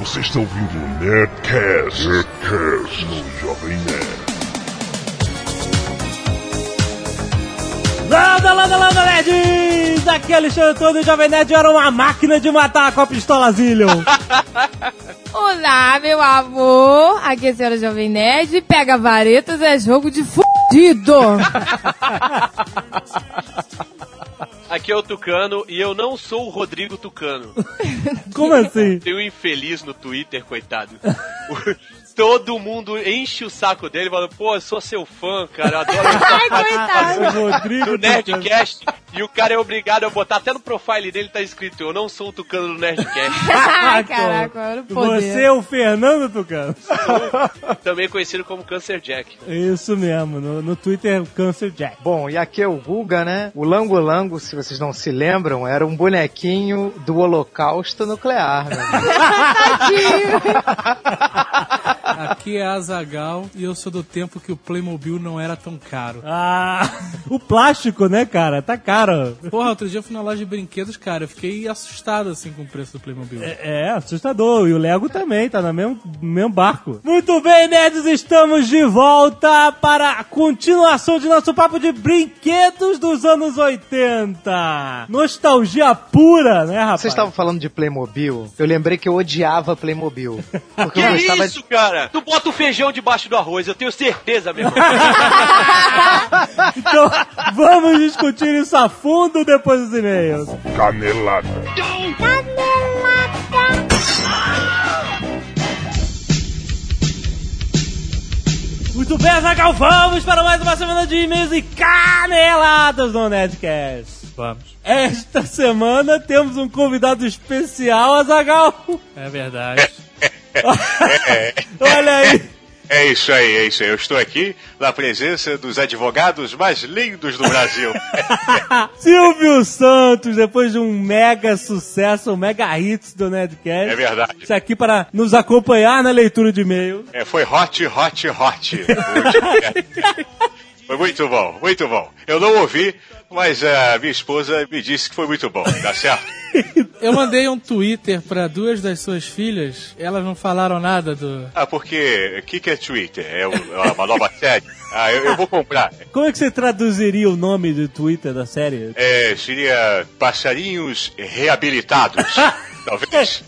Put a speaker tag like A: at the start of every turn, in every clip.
A: Você está ouvindo o Nerdcast, Nerdcast no Jovem Nerd.
B: Landa, landa, landa, nerds! Aqui é Alexandre Antônio, o Jovem Nerd era uma máquina de matar com a pistola Zillion.
C: Olá, meu amor! Aqui é a senhora Jovem Nerd, pega varetas, é jogo de fudido!
D: Aqui é o Tucano e eu não sou o Rodrigo Tucano.
B: Como assim?
D: Tem um infeliz no Twitter, coitado. Todo mundo enche o saco dele falando, pô, eu sou seu fã, cara, eu adoro
C: Ai, coitado!
B: O Rodrigo Tucano.
D: o Nerdcast. E o cara é obrigado a botar até no profile dele tá escrito, eu não sou o Tucano do Nerdcast.
C: Ai, caraca, era o poder.
B: Você é o Fernando Tucano.
D: Também conhecido como Cancer Jack.
B: Isso mesmo, no, no Twitter, Câncer Jack.
E: Bom, e aqui é o Guga, né? O Lango Lango, se vocês não se lembram, era um bonequinho do holocausto nuclear, né?
C: Tadinho.
F: Aqui é Azagal e eu sou do tempo que o Playmobil não era tão caro.
B: Ah, o plástico, né, cara? Tá caro.
F: Porra, outro dia eu fui na loja de brinquedos, cara, eu fiquei assustado assim com o preço do Playmobil.
B: É, é assustador. E o Lego também, tá no mesmo, mesmo barco. Muito bem, nerds, estamos de volta para a continuação de nosso papo de brinquedos dos anos 80. Nostalgia pura, né, rapaz?
E: Vocês estavam falando de Playmobil, eu lembrei que eu odiava Playmobil. Porque
D: Que é
E: eu gostava
D: isso, cara? Tu bota o feijão debaixo do arroz, eu tenho certeza, meu irmão.
B: Então, vamos discutir isso a fundo depois dos e-mails.
A: Canelada.
B: Muito bem, Azaghal, vamos para mais uma semana de e-mails e caneladas no Nerdcast.
F: Vamos.
B: Esta semana temos um convidado especial, Azagal.
F: É verdade.
B: Olha aí.
G: É isso aí, é isso aí. Eu estou aqui na presença dos advogados mais lindos do Brasil.
B: Silvio Santos, depois de um mega sucesso, um mega hits do Nerdcast.
G: É verdade.
B: Está aqui para nos acompanhar na leitura de e-mail.
G: É, foi hot, hot, hot. O último. Foi muito bom, muito bom. Eu não ouvi, mas a minha esposa me disse que foi muito bom, tá certo?
F: Eu mandei um Twitter pra duas das suas filhas, elas não falaram nada do.
G: Ah, porque o que, que é Twitter? É um- é uma nova série? Ah, eu, eu vou comprar.
B: Como é que você traduziria o nome do Twitter da série?
G: É, seria passarinhos reabilitados, talvez.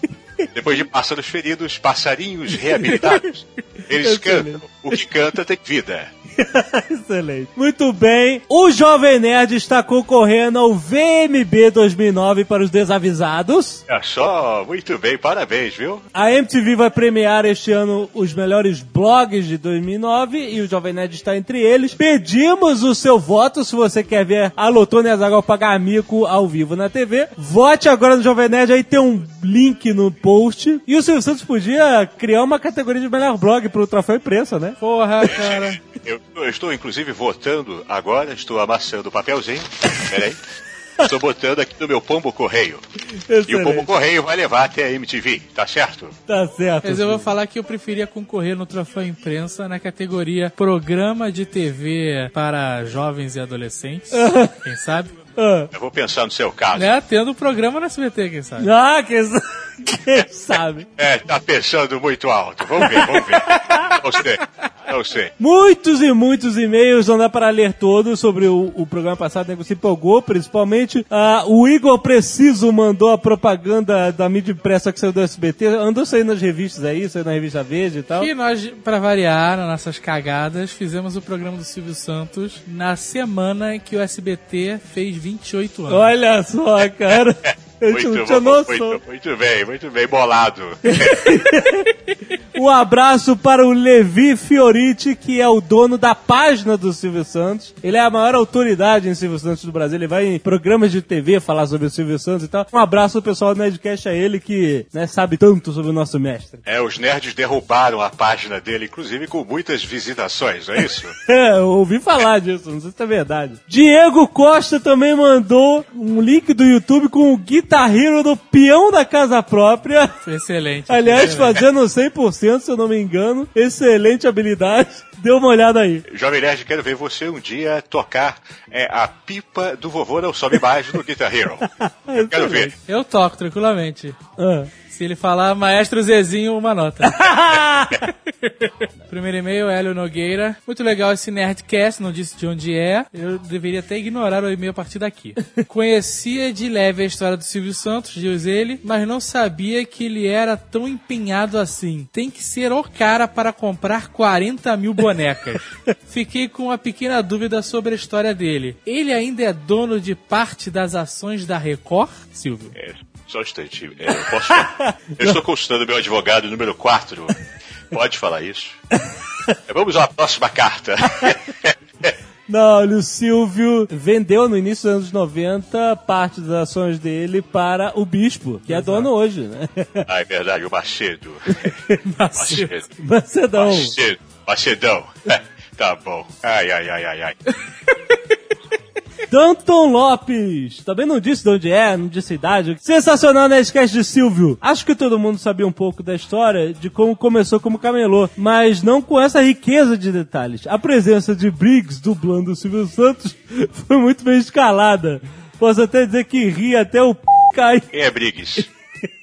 G: Depois de pássaros feridos, passarinhos reabilitados. Eles cantam. O que canta tem vida.
B: Excelente. Muito bem. O Jovem Nerd está concorrendo ao VMB 2009 para os desavisados.
G: É só, muito bem, parabéns, viu?
B: A MTV vai premiar este ano os melhores blogs de 2009 e o Jovem Nerd está entre eles. Pedimos o seu voto se você quer ver a Lotone Azaghal pagar amigo ao vivo na TV. Vote agora no Jovem Nerd, aí tem um link no post. E o Silvio Santos podia criar uma categoria de melhor blog pro troféu imprensa, né?
F: Porra, cara.
G: Eu, eu estou, inclusive, votando agora, estou amassando o papelzinho. Peraí. Estou botando aqui no meu pombo correio. E o pombo
B: Excelente.
G: correio vai levar até a MTV, tá certo?
B: Tá certo.
F: Mas eu vou
B: Silvio.
F: falar que eu preferia concorrer no Troféu Imprensa na categoria Programa de TV para Jovens e Adolescentes. quem sabe?
B: Ah.
G: Eu vou pensar no seu caso.
F: Né? Tendo um programa na SBT, quem sabe?
B: Ah, quem, sa- quem sabe?
G: É, tá pensando muito alto. Vamos ver, vamos ver. Não sei, não sei.
B: Muitos e muitos e-mails, não dá para ler todos sobre o, o programa passado, né, que se empolgou, principalmente. Ah, o Igor Preciso mandou a propaganda da mídia impressa que saiu do SBT, andou saindo nas revistas aí, saiu na revista Verde e tal.
F: E nós, pra variar, nas nossas cagadas, fizemos o programa do Silvio Santos na semana em que o SBT fez 28 anos.
B: Olha só, cara. Eu
G: Muito
B: não tinha
G: bom,
B: noção.
G: muito, muito bem, muito bem, bolado.
B: Um abraço para o Levi Fioriti, que é o dono da página do Silvio Santos. Ele é a maior autoridade em Silvio Santos do Brasil. Ele vai em programas de TV falar sobre o Silvio Santos e tal. Um abraço ao pessoal do Nerdcast, a ele que né, sabe tanto sobre o nosso mestre.
G: É, os nerds derrubaram a página dele, inclusive com muitas visitações, não é isso?
B: É, eu ouvi falar disso, não sei se é verdade. Diego Costa também mandou um link do YouTube com o Guitar Hero do peão da casa própria.
F: Foi excelente.
B: Aliás, fazendo 100%, se eu não me engano. Excelente habilidade. Dê uma olhada aí.
G: Jovem Nerd, quero ver você um dia tocar é, a pipa do vovô não sobe mais no Guitar Hero. Eu quero ver.
F: Eu toco tranquilamente.
B: Ah.
F: Se ele falar Maestro Zezinho, uma nota. Primeiro e-mail, Hélio Nogueira. Muito legal esse Nerdcast, não disse de onde é. Eu deveria até ignorar o e-mail a partir daqui. Conhecia de leve a história do Silvio Santos, diz ele, mas não sabia que ele era tão empenhado assim. Tem que ser o cara para comprar 40 mil bonecas. Fiquei com uma pequena dúvida sobre a história dele. Ele ainda é dono de parte das ações da Record, Silvio?
G: É, só um instantinho. É, eu posso... eu estou consultando meu advogado número 4. Pode falar isso? É, Vamos à próxima carta.
B: Não, olha, o Silvio vendeu no início dos anos 90 parte das ações dele para o bispo, que é dono hoje, né?
G: Ah, é verdade, o Macedo. Macedo.
B: Macedão.
G: Macedo. Macedão. Tá bom. Ai, ai, ai, ai, ai.
B: Danton Lopes. Também não disse de onde é, não disse a idade. Sensacional Nerdcast de Silvio. Acho que todo mundo sabia um pouco da história de como começou como camelô, mas não com essa riqueza de detalhes. A presença de Briggs dublando o Silvio Santos foi muito bem escalada. Posso até dizer que ri até o p... cai
G: Quem é Briggs?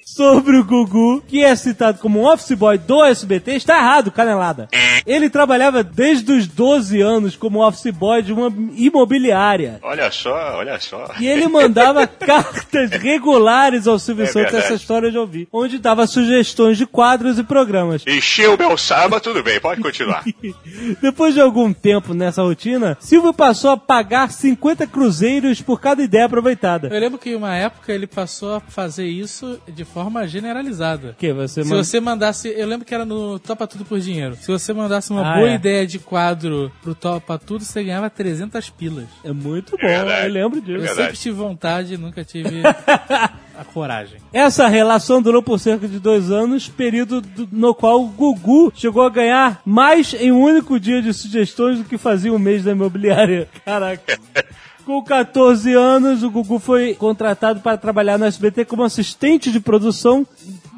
B: sobre o Gugu, que é citado como um office boy do SBT, está errado, canelada. Ele trabalhava desde os 12 anos como office boy de uma imobiliária.
G: Olha só, olha só.
B: E ele mandava cartas regulares ao Silvio
G: É
B: Santos,
G: verdade.
B: essa história eu já ouvi, onde dava sugestões de quadros e programas.
G: Encheu meu sábado, tudo bem, pode continuar.
B: Depois de algum tempo nessa rotina, Silvio passou a pagar 50 cruzeiros por cada ideia aproveitada.
F: Eu lembro que uma época ele passou a fazer isso de forma generalizada.
B: Que você
F: Se
B: manda-
F: você mandasse, eu lembro que era no Topa Tudo por Dinheiro. Se você mandasse uma
B: Ah,
F: boa
B: é.
F: ideia de quadro pro Topa Tudo, você ganhava 300 pilas.
B: É muito bom,
G: verdade. É
B: eu lembro
F: Eu
B: disso.
G: Verdade.
F: sempre tive vontade, nunca tive a coragem.
B: Essa relação durou por cerca de dois anos, período do- no qual o Gugu chegou a ganhar mais em um único dia de sugestões do que fazia um mês da imobiliária. Caraca. Com 14 anos, o Gugu foi contratado para trabalhar no SBT como assistente de produção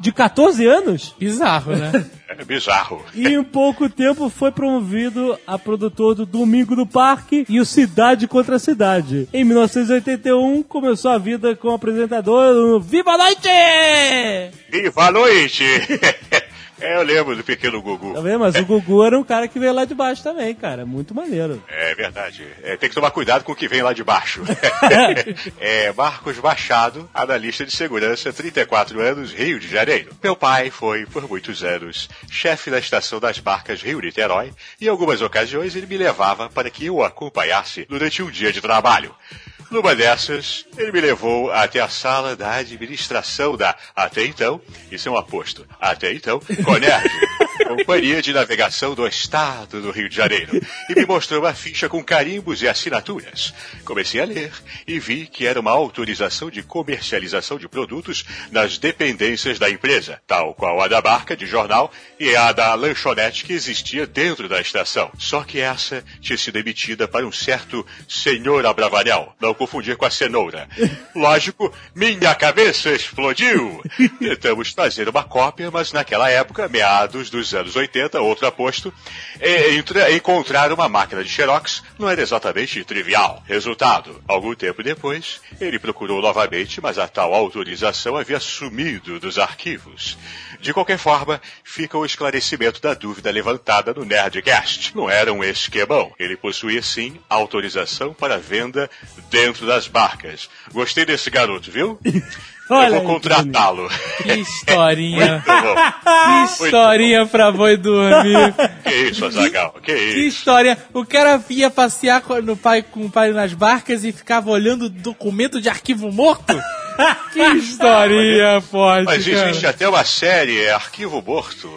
B: de 14 anos?
F: Bizarro, né?
G: É bizarro.
B: E em pouco tempo foi promovido a produtor do Domingo do Parque e o Cidade contra Cidade. Em 1981, começou a vida como apresentador no Viva a Noite!
G: Viva a noite! É, eu lembro do pequeno Gugu.
B: Tá vendo? Mas o Gugu era um cara que veio lá de baixo também, cara. Muito maneiro.
G: É verdade. É, tem que tomar cuidado com o que vem lá de baixo. é, Marcos Machado, analista de segurança, 34 anos, Rio de Janeiro. Meu pai foi, por muitos anos, chefe da estação das barcas Rio-Niterói e, em algumas ocasiões, ele me levava para que eu o acompanhasse durante um dia de trabalho. Numa dessas, ele me levou até a sala da administração da, até então, isso é um aposto, até então, Conerg. Companhia de Navegação do Estado do Rio de Janeiro, e me mostrou uma ficha com carimbos e assinaturas. Comecei a ler e vi que era uma autorização de comercialização de produtos nas dependências da empresa, tal qual a da barca de jornal e a da lanchonete que existia dentro da estação. Só que essa tinha sido emitida para um certo senhor Abravanel, não confundir com a cenoura. Lógico, minha cabeça explodiu. Tentamos fazer uma cópia, mas naquela época, meados dos anos 80, outro aposto, é, entra- encontrar uma máquina de xerox não era exatamente trivial. Resultado, algum tempo depois, ele procurou novamente, mas a tal autorização havia sumido dos arquivos. De qualquer forma, fica o esclarecimento da dúvida levantada no Nerdcast. Não era um esquemão. Ele possuía, sim, autorização para venda dentro das barcas. Gostei desse garoto, viu?
B: Olha
G: Eu
B: aí,
G: vou contratá-lo.
F: Que historinha.
G: Muito bom.
F: Que historinha pra boi dormir.
G: Que isso, Azagal? Que
F: Que
G: isso?
F: história! O cara ia passear com, no pai, com o pai nas barcas e ficava olhando documento de arquivo morto? que historinha forte,
G: Mas existe
F: cara.
G: até uma série, é Arquivo Morto.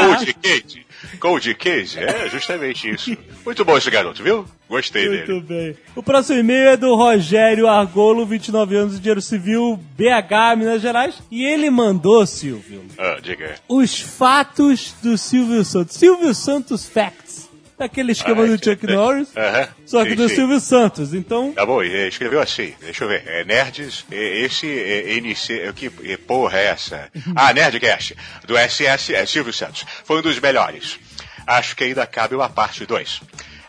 G: Cold Case. Cold Case, é justamente isso. Muito bom esse garoto, viu? Gostei dele.
B: Muito bem. O próximo e-mail é do Rogério Argolo, 29 anos, engenheiro civil, BH, Minas Gerais. E ele mandou, Silvio,
G: Ah, diga.
B: os fatos do Silvio Santos. Silvio Santos Facts. Daquele esquema
G: Ah,
B: do
G: sim,
B: Chuck
G: sim.
B: Norris,
G: Aham.
B: só que
G: Sim,
B: do
G: sim.
B: Silvio Santos. Então,
G: Tá bom, e escreveu assim, deixa eu ver, é Nerds, e- esse é, NC, é, que é, porra é essa? Ah, Nerdcast, do SS, é, Silvio Santos, foi um dos melhores. Acho que ainda cabe uma parte 2.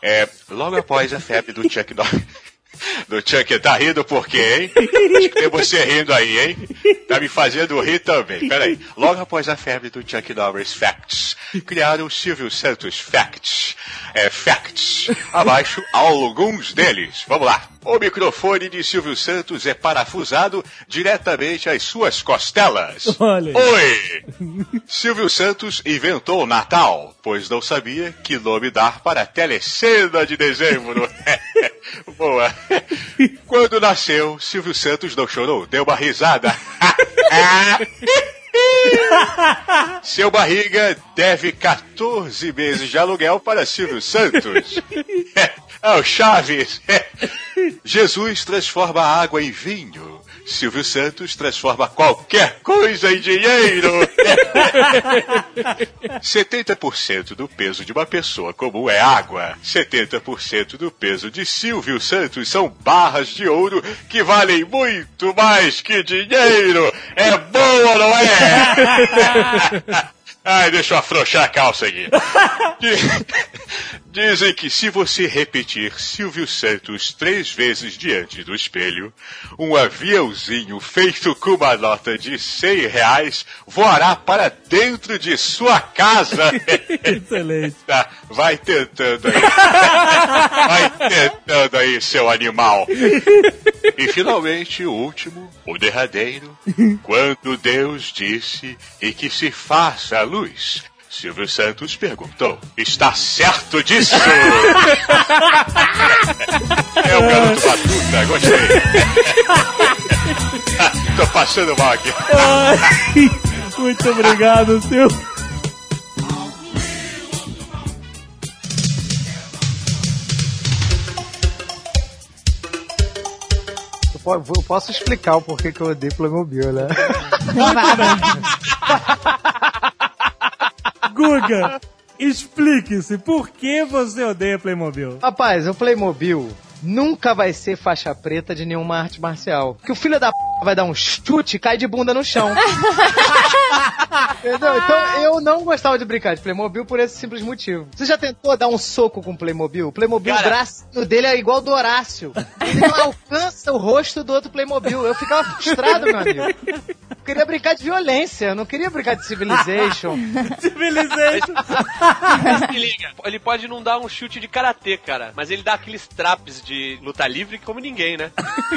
G: É, logo após a febre do Chuck Norris... Do Chuck, tá rindo por quê, hein? Acho que tem você rindo aí, hein? Tá me fazendo rir também. Peraí. Logo após a febre do Chuck Norris Facts, criaram o Silvio Santos Facts. É, Facts. Abaixo, alguns deles. Vamos lá. O microfone de Silvio Santos é parafusado diretamente às suas costelas.
B: Olha aí.
G: Oi! Silvio Santos inventou o Natal, pois não sabia que nome dar para a telecena de dezembro. Boa. Quando nasceu, Silvio Santos não chorou, deu uma risada. Seu barriga deve 14 meses de aluguel para Silvio Santos. É o Chaves. Jesus transforma a água em vinho. Silvio Santos transforma qualquer coisa em dinheiro. 70% do peso de uma pessoa comum é água. 70% do peso de Silvio Santos são barras de ouro que valem muito mais que dinheiro. É boa, não é? Ai, deixa eu afrouxar a calça aqui. Di- Dizem que se você repetir Silvio Santos três vezes diante do espelho, um aviãozinho feito com uma nota de 100 reais voará para dentro de sua casa.
B: Excelente.
G: Tá, vai tentando aí. Vai tentando aí, seu animal. E finalmente, o último, o derradeiro. Quando Deus disse e que se faça a luz. Silvio Santos perguntou: Está certo disso? é o garoto batuta, gostei. Tô passando mal aqui.
B: Muito obrigado, Silvio.
E: Eu po- eu posso explicar o porquê que eu odeio Playmobil, né?
B: Guga, explique-se, por que você odeia Playmobil?
E: Rapaz, o Playmobil nunca vai ser faixa preta de nenhuma arte marcial. Porque o filho da p... vai dar um chute e cai de bunda no chão. Entendeu? Então eu não gostava de brincar de Playmobil por esse simples motivo. Você já tentou dar um soco com o Playmobil? O Playmobil,
D: Cara.
E: o bracinho dele é igual do Horácio. Ele não alcança o rosto do outro Playmobil. Eu ficava frustrado, meu amigo. Eu queria brincar de violência, eu não queria brincar de Civilization.
B: Civilization.
D: Se liga, ele pode não dar um chute de karatê, cara, mas ele dá aqueles traps de luta livre como ninguém, né?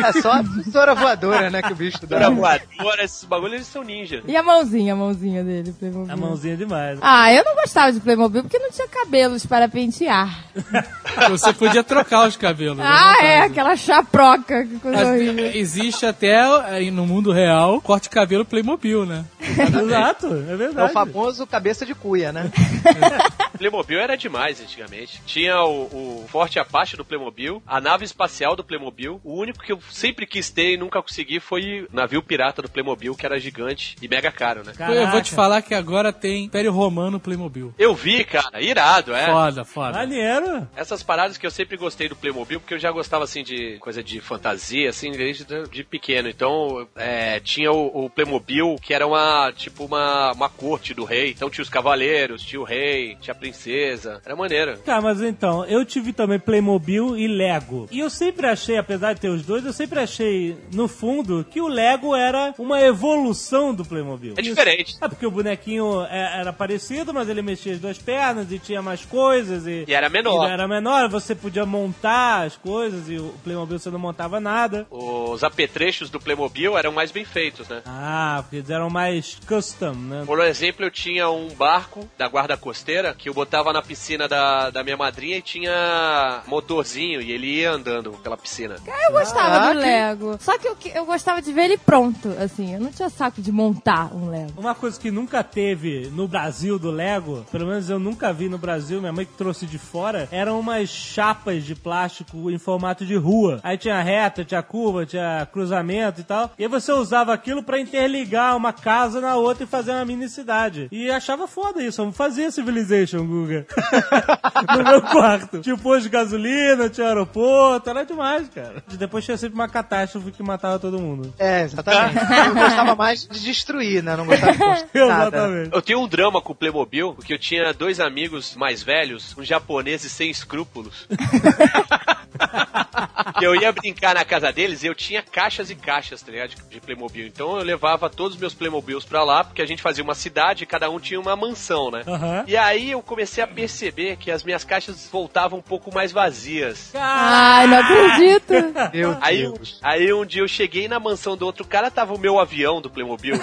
E: É só a tesoura voadora, né, que o bicho dá.
D: Pra voadora, esses bagulhos, eles são ninja.
C: E a mãozinha, a mãozinha dele, Playmobil.
B: A mãozinha é demais.
C: Ah, eu não gostava de Playmobil porque não tinha cabelos para pentear.
F: Você podia trocar os cabelos. né?
C: Ah,
F: Não
C: é,
F: faz.
C: aquela chaproca, que coisa horrível.
F: Mas existe até eh, no mundo real corte de cabelo Playmobil, né?
B: Exato, é
E: É o
B: verdade.
E: famoso cabeça de cuia, né?
D: Playmobil era demais antigamente. Tinha o, o Forte Apache do Playmobil, a nave espacial do Playmobil. O único que eu sempre quis ter e nunca consegui foi o navio pirata do Playmobil, que era gigante e mega caro, né?
B: Caraca.
F: Eu vou te falar que agora tem Império Romano Playmobil.
D: Eu vi, cara, irado, é.
F: Foda, foda.
B: Maneiro.
D: Essas paradas que eu sempre gostei do Playmobil, porque eu já gostava, assim, de coisa de fantasia, assim, desde de- de pequeno. Então, é, tinha o, o Playmobil, que era uma, tipo, uma, uma corte do rei. Então tinha os cavaleiros, tinha o rei, tinha a princesa. Era maneiro.
B: Tá, mas então, eu tive também Playmobil e Lego. E eu sempre achei, apesar de ter os dois, eu sempre achei, no fundo, que o Lego era uma evolução do Playmobil.
D: É diferente.
B: É porque o bonequinho é, era parecido, mas ele mexia as duas pernas e tinha mais coisas. E,
D: E era menor.
B: e era menor, você podia montar as coisas e o Playmobil você não montava nada.
D: Os apetrechos do Playmobil eram mais bem feitos, né?
B: Ah, porque eles eram mais custom, né?
D: Por exemplo, eu tinha um barco da guarda costeira que eu botava na piscina da, da minha madrinha e tinha motorzinho e ele ia andando pela piscina.
C: Eu gostava
B: Ah,
E: Caraca.
C: do Lego. Só que eu, que- eu gostava de ver ele pronto, assim. Eu não tinha saco de montar um Lego.
B: Uma coisa que nunca teve no Brasil do Lego, pelo menos eu nunca vi no Brasil, minha mãe que trouxe de fora, eram umas chapas de plástico em formato de rua. Aí tinha reta, tinha curva, tinha cruzamento e tal. E aí você usava aquilo pra interligar uma casa na outra e fazer uma mini cidade. E achava foda isso, eu não fazia Civilization, Guga. no meu quarto. Tinha um posto de gasolina, tinha aeroporto, era demais, cara. Depois tinha sempre uma catástrofe que matava todo mundo.
E: É, exatamente. Eu gostava mais de destruir, né? Não gostava de construir nada.
B: Exatamente.
D: Eu tenho um drama com o Playmobil, porque eu tinha dois amigos mais velhos, um japonês e sem escrúpulos. que eu ia brincar na casa deles e eu tinha caixas e caixas, tá ligado? De, de Playmobil. Então eu levava todos os meus Playmobils pra lá, porque a gente fazia uma cidade e cada um tinha uma mansão, né?
B: Aham.
D: E aí eu comecei a perceber que as minhas caixas voltavam um pouco mais vazias.
B: Ah.
C: Ai, não acredito.
E: Meu
D: Aí, um- aí um dia eu cheguei na mansão do outro cara, tava o meu avião do Playmobil.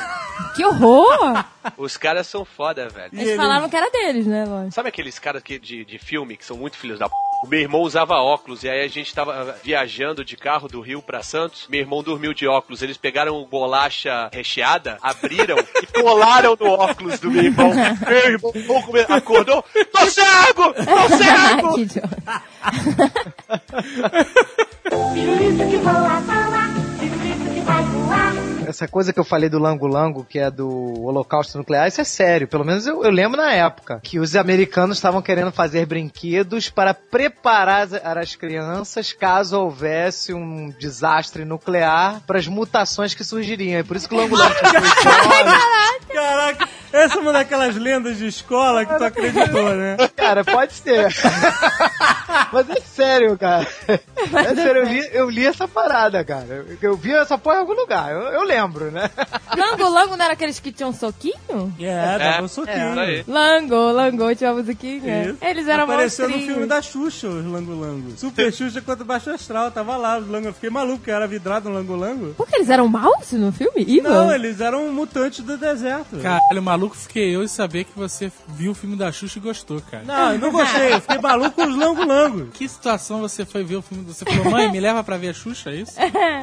C: Que horror.
D: Os caras são foda, velho.
B: ele-
C: Eles falaram que era deles, né, lógico.
D: Sabe aqueles caras que, de, de filme que são muito filhos da p? O meu irmão usava óculos e aí a gente tava ah, viajando de carro do Rio pra Santos. Meu irmão dormiu de óculos. Eles pegaram bolacha recheada, abriram e colaram no óculos do meu irmão. Meu irmão ficou com medo, acordou. Tô cego! Tô cego!
C: que idiota.
E: Essa coisa que eu falei do lango-lango, que é do holocausto nuclear, isso é sério. Pelo menos eu, eu lembro na época que os americanos estavam querendo fazer brinquedos para preparar as, as crianças caso houvesse um desastre nuclear para as mutações que surgiriam. É por isso que o lango-lango tinha dois
B: Caraca, essa é uma daquelas lendas de escola que tu acreditou, né?
E: olhos. Cara, pode ser. Mas é sério, cara. É sério, eu li, eu li essa parada, cara. Eu, eu vi essa porra em algum lugar. Eu- eu lembro, né?
C: Lango, lango não era aqueles que tinham soquinho?
B: É, dava um soquinho.
D: isso aí.
C: Lango, lango, tinha a musiquinha.
B: Isso.
C: Eles eram
B: Apareceu no
C: monstrinhos.
B: filme da Xuxa, os langolango. Super Xuxa contra o Baixo Astral, tava lá, os lango. Eu fiquei maluco, que eu era vidrado no langolango.
C: Por que eles eram maus no filme? Evil?
B: Não, eles eram mutantes do deserto.
F: Caralho, maluco fiquei eu de saber que você viu o filme da Xuxa e gostou, cara.
B: Não, eu não gostei, eu fiquei maluco com os langolangos.
F: Que situação você foi ver o filme? Você falou, mãe, me leva pra ver a Xuxa, é isso?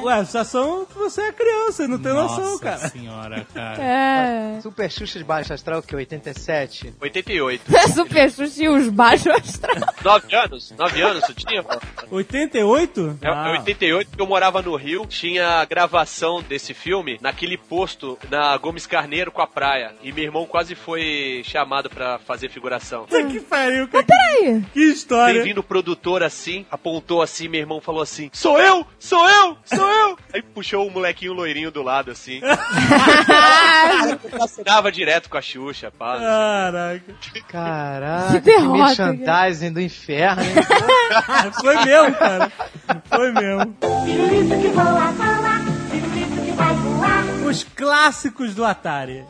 B: Ué, só são que você é criança, e não tem noção,
F: Nossa
B: cara.
F: senhora, cara.
C: É.
E: Super Xuxa de Baixo Astral, que é 87.
D: 88.
C: É Super Xuxa e os baixos astral.
D: 9 anos? 9 anos tu tinha? pô?
B: 88?
D: É,
F: Ah.
D: é 88 que eu morava no Rio, tinha a gravação desse filme naquele posto na Gomes Carneiro com a praia. E meu irmão quase foi chamado pra fazer figuração.
B: Puta que pariu, que,
C: Aí.
B: que história.
D: Tem vindo o produtor assim, apontou assim, meu irmão falou assim: Sou eu! Sou eu! Sou eu! Aí puxou o molequinho loirinho do lado assim. Tava direto com a Xuxa, pá.
F: Ah.
B: Caraca,
E: Caraca,
C: Que
E: que
C: derrota,
E: merchandising do inferno, hein?
B: foi mesmo, cara. Foi mesmo. Os clássicos do Atari.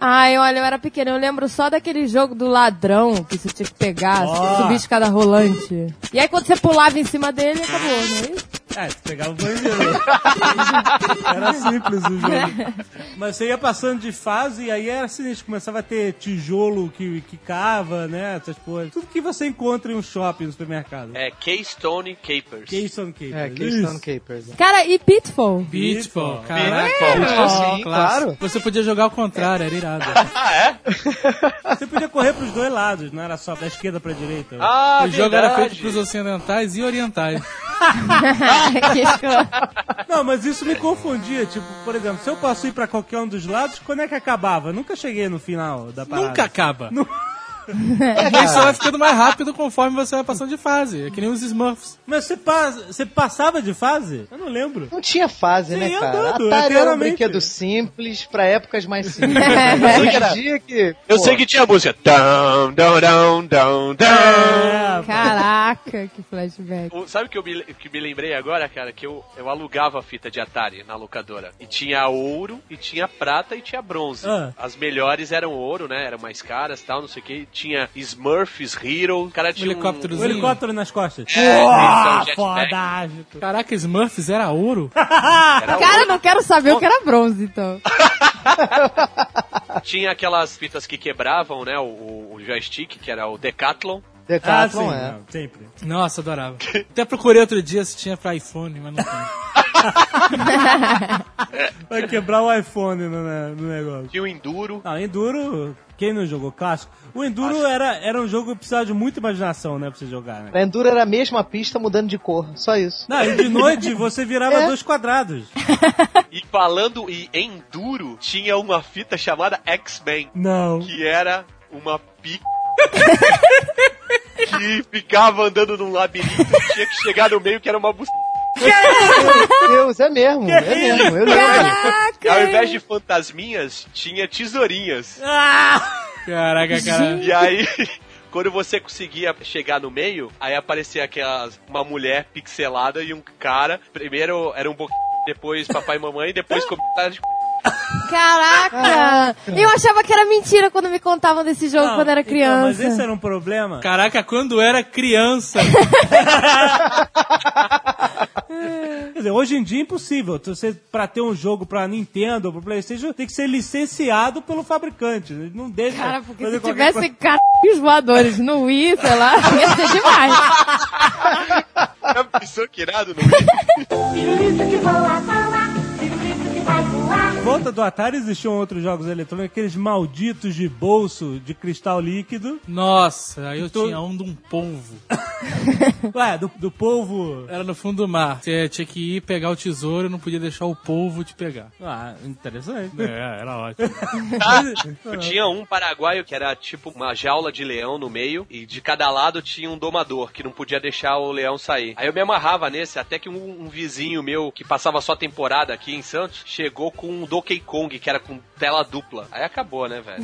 C: Ai, olha, eu era pequena, eu lembro só daquele jogo do ladrão que você tinha que pegar,
B: Ó.
C: subir escada rolante. E aí quando você pulava em cima dele, acabou, não é isso?
B: Ah, você pegava o banheiro. era simples o jogo. Mas você ia passando de fase e aí era sinistro. Começava a ter tijolo que, que cava, né? Essas coisas. Tudo que você encontra em um shopping, no supermercado.
D: É Keystone Capers.
B: Keystone Capers.
E: É,
B: Isso.
E: Keystone Capers.
C: Cara, e Pitfall?
E: né,
F: Beatball,
E: Beatball,
F: caraca.
E: sim, assim, claro.
F: Você podia jogar ao contrário, era irado.
B: Você podia correr pros dois lados, não era só da esquerda pra direita.
D: Ah,
F: o jogo era feito
D: verdade.
F: pros ocidentais e orientais.
B: Ah,
C: Que escroto.
B: Não, mas isso me confundia. Tipo, por exemplo, se eu posso ir pra qualquer um dos lados, quando é que acabava? Nunca cheguei no final da parada.
F: Nunca acaba. Mas só vai ficando mais rápido conforme você vai passando de fase. É que nem os Smurfs.
B: Mas você, pa- você passava de fase? Eu não lembro.
E: Não tinha fase,
B: Sim,
E: né,
B: eu
E: cara?
B: dando,
E: Atari era um
B: eternamente.
E: brinquedo simples pra épocas mais simples. né? Hoje em dia que...
D: Eu
E: pô,
D: sei que tinha a música. Dão, dão, dão, dão, dão.
B: É,
C: Caraca, que flashback.
D: O- sabe o que eu me, que me lembrei agora, cara? Que eu, eu alugava a fita de Atari na locadora. E tinha ouro, e tinha prata e tinha bronze.
B: Ah.
D: As melhores eram ouro, né? Eram mais caras tal, não sei o que. Tinha Smurfs, Hero. O cara tinha um-
B: o
F: helicópterozinho.
B: helicóptero nas costas.
D: É,
B: Uau,
D: então, jetpack.
B: fodástico.
F: Caraca, Smurfs era ouro?
C: Cara, eu não quero saber o que era bronze, então.
D: Um, tinha aquelas fitas que quebravam, né? O, o joystick, que era o Decathlon. Tá,
B: Ah,
E: Decathlon
B: sim,
E: é.
B: não, sempre.
F: Nossa, adorava. Até procurei outro dia se tinha pra iPhone, mas não tem.
B: Vai quebrar o iPhone no, ne- no negócio.
D: Tinha o Enduro.
B: Ah, Enduro, quem não jogou? Clássico. O Enduro era, era um jogo que precisava de muita imaginação, né, pra você jogar, né?
E: A Enduro era a mesma pista mudando de cor, só isso.
B: Não, e de noite você virava
E: É.
B: dois quadrados.
D: E falando em Enduro, tinha uma fita chamada X-Men.
B: Não.
D: que era uma pica. que ficava andando num labirinto e tinha que chegar no meio que era uma bus...
E: Meu Deus, é mesmo, é mesmo. Eu lembro.
D: Ao invés de fantasminhas, tinha tesourinhas.
B: Ah!
F: Caraca, cara.
D: E aí Quando você conseguia chegar no meio, aí aparecia aquelas, uma mulher pixelada e um cara. Primeiro era um bo... depois papai e mamãe, depois comentário de
C: Caraca! Eu achava que era mentira quando me contavam desse jogo
B: Não,
C: quando era
B: então, mas
C: criança.
B: esse era um problema.
F: Caraca, quando era criança.
B: Quer dizer, hoje em dia é impossível. Você, pra ter um jogo pra Nintendo, pro Playstation, tem que ser licenciado pelo fabricante. Ele Não deixa
C: Cara, porque
B: fazer
C: se
B: qualquer
C: tivesse caralhos voadores no Wii, sei lá, ia ser demais.
G: Já pensou que irado no Wii?
B: Em volta do Atari existiam outros jogos eletrônicos, aqueles malditos de bolso de cristal líquido.
F: Nossa, aí eu
B: Tu-
F: tinha um de um polvo.
B: Ué, do, do polvo.
F: Era no fundo do mar. Você tinha que ir pegar o tesouro e não podia deixar o polvo te pegar.
B: Ah, interessante.
F: É, era ótimo.
D: Eu tinha um paraguaio que era tipo uma jaula de leão no meio e de cada lado tinha um domador que não podia deixar o leão sair. Aí eu me amarrava nesse até que um, um vizinho meu que passava só temporada aqui em Santos chegou com um Donkey Kong que era com tela dupla. Aí acabou, né, velho?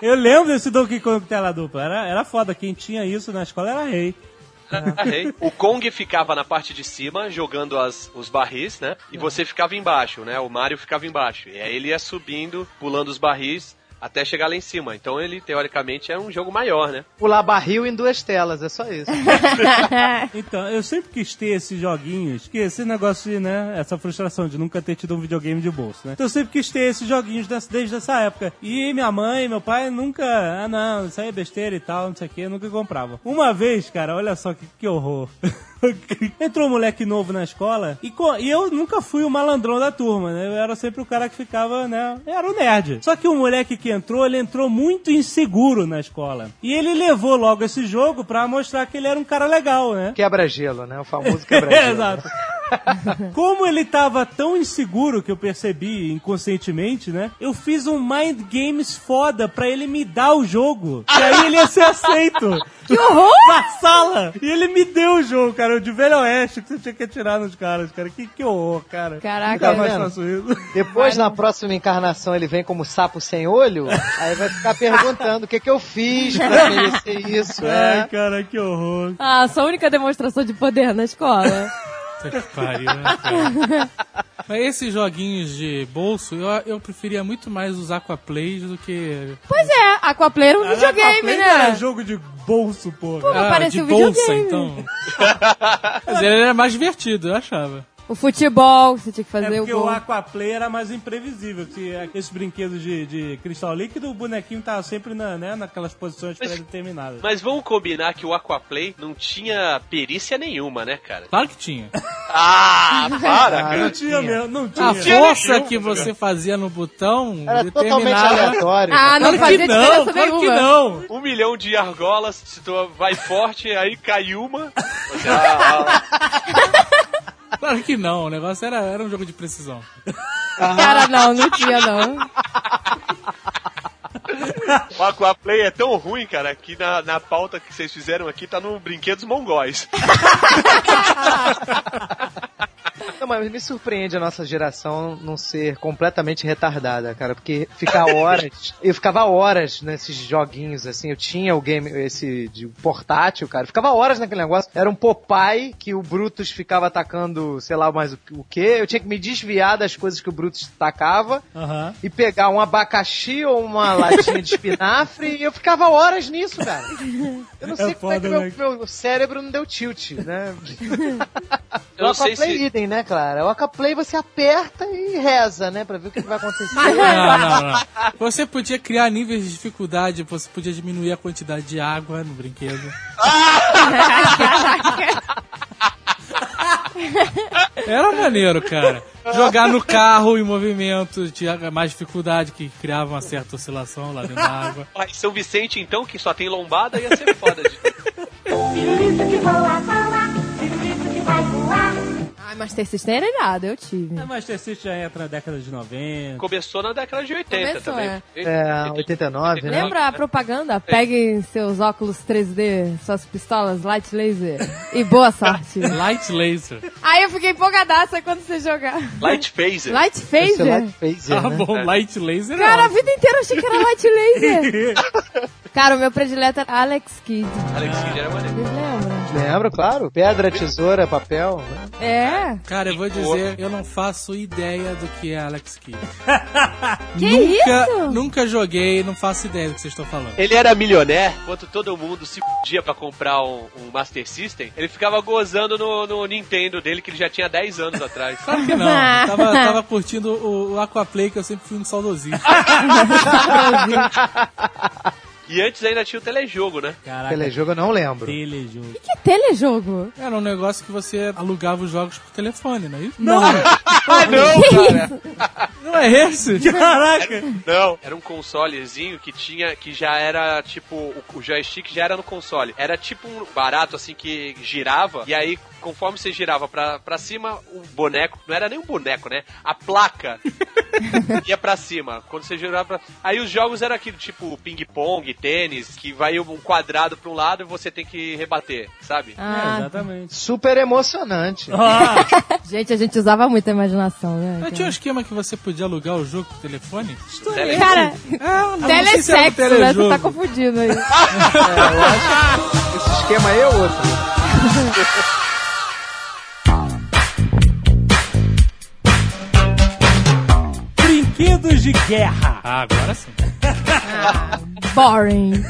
B: Eu lembro desse Donkey Kong tela dupla. Era, era foda. Quem tinha isso na escola era rei.
D: Arrei. o Kong ficava na parte de cima jogando as, os barris, né? E você ficava embaixo, né? O Mario ficava embaixo. E aí ele ia subindo, pulando os barris até chegar lá em cima. Então ele teoricamente era um jogo maior, né?
E: Pular barril em duas telas, é só isso.
B: Então, eu sempre quis ter esses joguinhos, que esse negócio de, né, essa frustração de nunca ter tido um videogame de bolso, né? Então, eu sempre quis ter esses joguinhos dessa- desde essa época. E minha mãe, meu pai nunca, ah não, isso aí é besteira e tal, não sei o que, nunca compravam. Uma vez, cara, olha só que, que horror. Entrou um moleque novo na escola e, co- e eu nunca fui o malandrão da turma, né? Eu era sempre o cara que ficava, né? Era o nerd. Só que o moleque que entrou, ele entrou muito inseguro na escola. E ele levou logo esse jogo pra mostrar que ele era um cara legal, né?
E: Quebra-gelo, né? O famoso
B: É,
E: quebra-gelo.
B: Exato. Como ele tava tão inseguro que eu percebi inconscientemente, né? Eu fiz um mind games foda pra ele me dar o jogo. E aí ele ia ser aceito. Que horror! Na sala! E ele me deu o jogo, cara. O de Velho Oeste que você tinha que atirar nos caras, cara. Que, que horror, cara.
C: Caraca,
B: Nunca mais
E: vendo?
B: faço isso.
E: Depois, na próxima encarnação, ele vem como sapo sem olho, aí vai ficar perguntando o que, que eu fiz pra merecer isso,
B: Ai,
E: né?
B: cara, que horror.
C: Ah, sua única demonstração de poder na escola.
F: Puta que pariu, né, cara? Mas esses joguinhos de bolso, eu, eu preferia muito mais os Aquaplays do que.
C: Pois é, Aquaplayer é um videogame,
B: Aquaplane era
C: né?
B: jogo de bolso, pô.
C: Pô, mas parece
F: ah, de
C: um
F: bolsa,
C: videogame.
F: então. Mas ele era mais divertido, eu achava.
C: O futebol, você tinha que
B: É
C: fazer o
B: porque o
C: gol.
B: Aquaplay era mais imprevisível, que esses brinquedos de, de cristal líquido, o bonequinho tava sempre na, né, naquelas posições pré-determinadas.
D: Mas vamos combinar que o Aquaplay não tinha perícia nenhuma, né, cara?
F: Claro que tinha.
D: Ah, para,
E: Ah,
D: cara.
B: Não tinha mesmo, não
F: A
B: tinha.
F: força
C: um
F: que você fazia no botão
E: Era totalmente
B: né?
F: determinava.
E: aleatório.
C: Ah, não
F: Claro que
C: fazia
F: não,
C: diferença
F: claro que
C: nenhuma.
F: não.
D: Um milhão de argolas, se tu vai forte, aí cai uma. Você, ah, ah,
F: Claro que não, o negócio era, era um jogo de precisão.
C: Cara, não, não tinha, não.
D: o Aquaplay é tão ruim, cara, que na, na pauta que vocês fizeram aqui tá no Brinquedos Mongóis.
E: Não, mas me surpreende a nossa geração não ser completamente retardada, cara, porque ficar horas, eu ficava horas nesses joguinhos, assim, eu tinha o game, esse de portátil, cara, eu ficava horas naquele negócio, era um Popeye que o Brutus ficava atacando, sei lá mais o, o quê, eu tinha que me desviar das coisas que o Brutus tacava,
B: Aham.
E: e pegar um abacaxi ou uma latinha de espinafre e eu ficava horas nisso, cara. Eu não sei como é que
B: foda,
E: meu,
B: né?
E: meu cérebro não deu tilt, né?
D: Eu
E: o
D: não sei
E: Aquaplay
D: se-
E: idem, né, Clara? O Aquaplay você aperta e reza, né, pra ver o que que vai acontecer.
F: Não, não, não. Você podia criar níveis de dificuldade, você podia diminuir a quantidade de água no brinquedo. Era maneiro, cara. Jogar no carro em movimento tinha mais dificuldade, que criava uma certa oscilação lá dentro da água.
D: Ah, em São Vicente, então, que só tem lombada, ia ser foda. De...
C: Ai, Master System era é irado, eu tive.
B: A Master System já entra na década de 90.
D: Começou na década de 80
C: Começou,
D: também.
E: É, 89, né?
C: Lembra a propaganda? Peguem seus óculos 3D, suas pistolas light laser e boa sorte.
F: Light laser.
C: Aí eu fiquei empolgadaça quando você jogar.
D: Light Phaser.
C: Light
E: Esse é
C: phaser?
B: Ah,
E: Light Phaser,
F: Tá
E: né?
F: bom, light laser. é
C: Cara, a
F: ótimo.
C: vida inteira eu achei que era light laser. Cara, o meu predileto era Alex Kidd.
D: Alex Kidd era maneiro.
C: Vocês lembram?
E: Lembro, claro. Pedra, tesoura, papel. né?
C: É.
F: Cara, eu vou dizer, eu não faço ideia do que é Alex Kidd.
C: Que
F: nunca,
C: isso?
F: Nunca joguei, não faço ideia do que vocês estão falando.
D: Ele era milionaire, enquanto todo mundo se fudia pra comprar um, um Master System, ele ficava gozando no, no Nintendo dele, que ele já tinha 10 anos atrás.
F: Claro que não.
C: Ah.
F: Eu Tava, tava curtindo o, o Aquaplay, que eu sempre fui um saudosista.
D: E antes ainda tinha o telejogo, né?
B: Caraca,
E: Telejogo eu não lembro.
B: telejogo.
C: Que telejogo?
F: Era um negócio que você alugava os jogos por telefone, não é isso?
B: Não,
D: Ah, não, cara!
F: Não é esse?
B: caraca.
D: Não! Era um consolezinho que tinha, que já era, tipo, o, o joystick já era no console. Era tipo um barato, assim, que girava, e aí, conforme você girava pra, pra cima, o boneco, não era nem um boneco, né? A placa ia pra cima. Quando você girava pra... Aí os jogos eram aquilo, tipo, ping-pong, tênis, que vai um quadrado pra um lado e você tem que rebater, sabe?
B: É,
C: Ah,
B: exatamente.
E: Super emocionante.
B: Ah,
C: gente, a gente usava muita imaginação, né?
F: Não tinha um esquema que você podia alugar o jogo por telefone?
D: Tele-
C: Cara,
F: Ah, não sei se era
C: telesexo, né?
F: do
C: Você
F: telejogo.
C: tá confundindo aí.
E: Esse esquema aí é outro.
B: brinquedos de guerra.
F: Ah, agora sim.
C: Boring.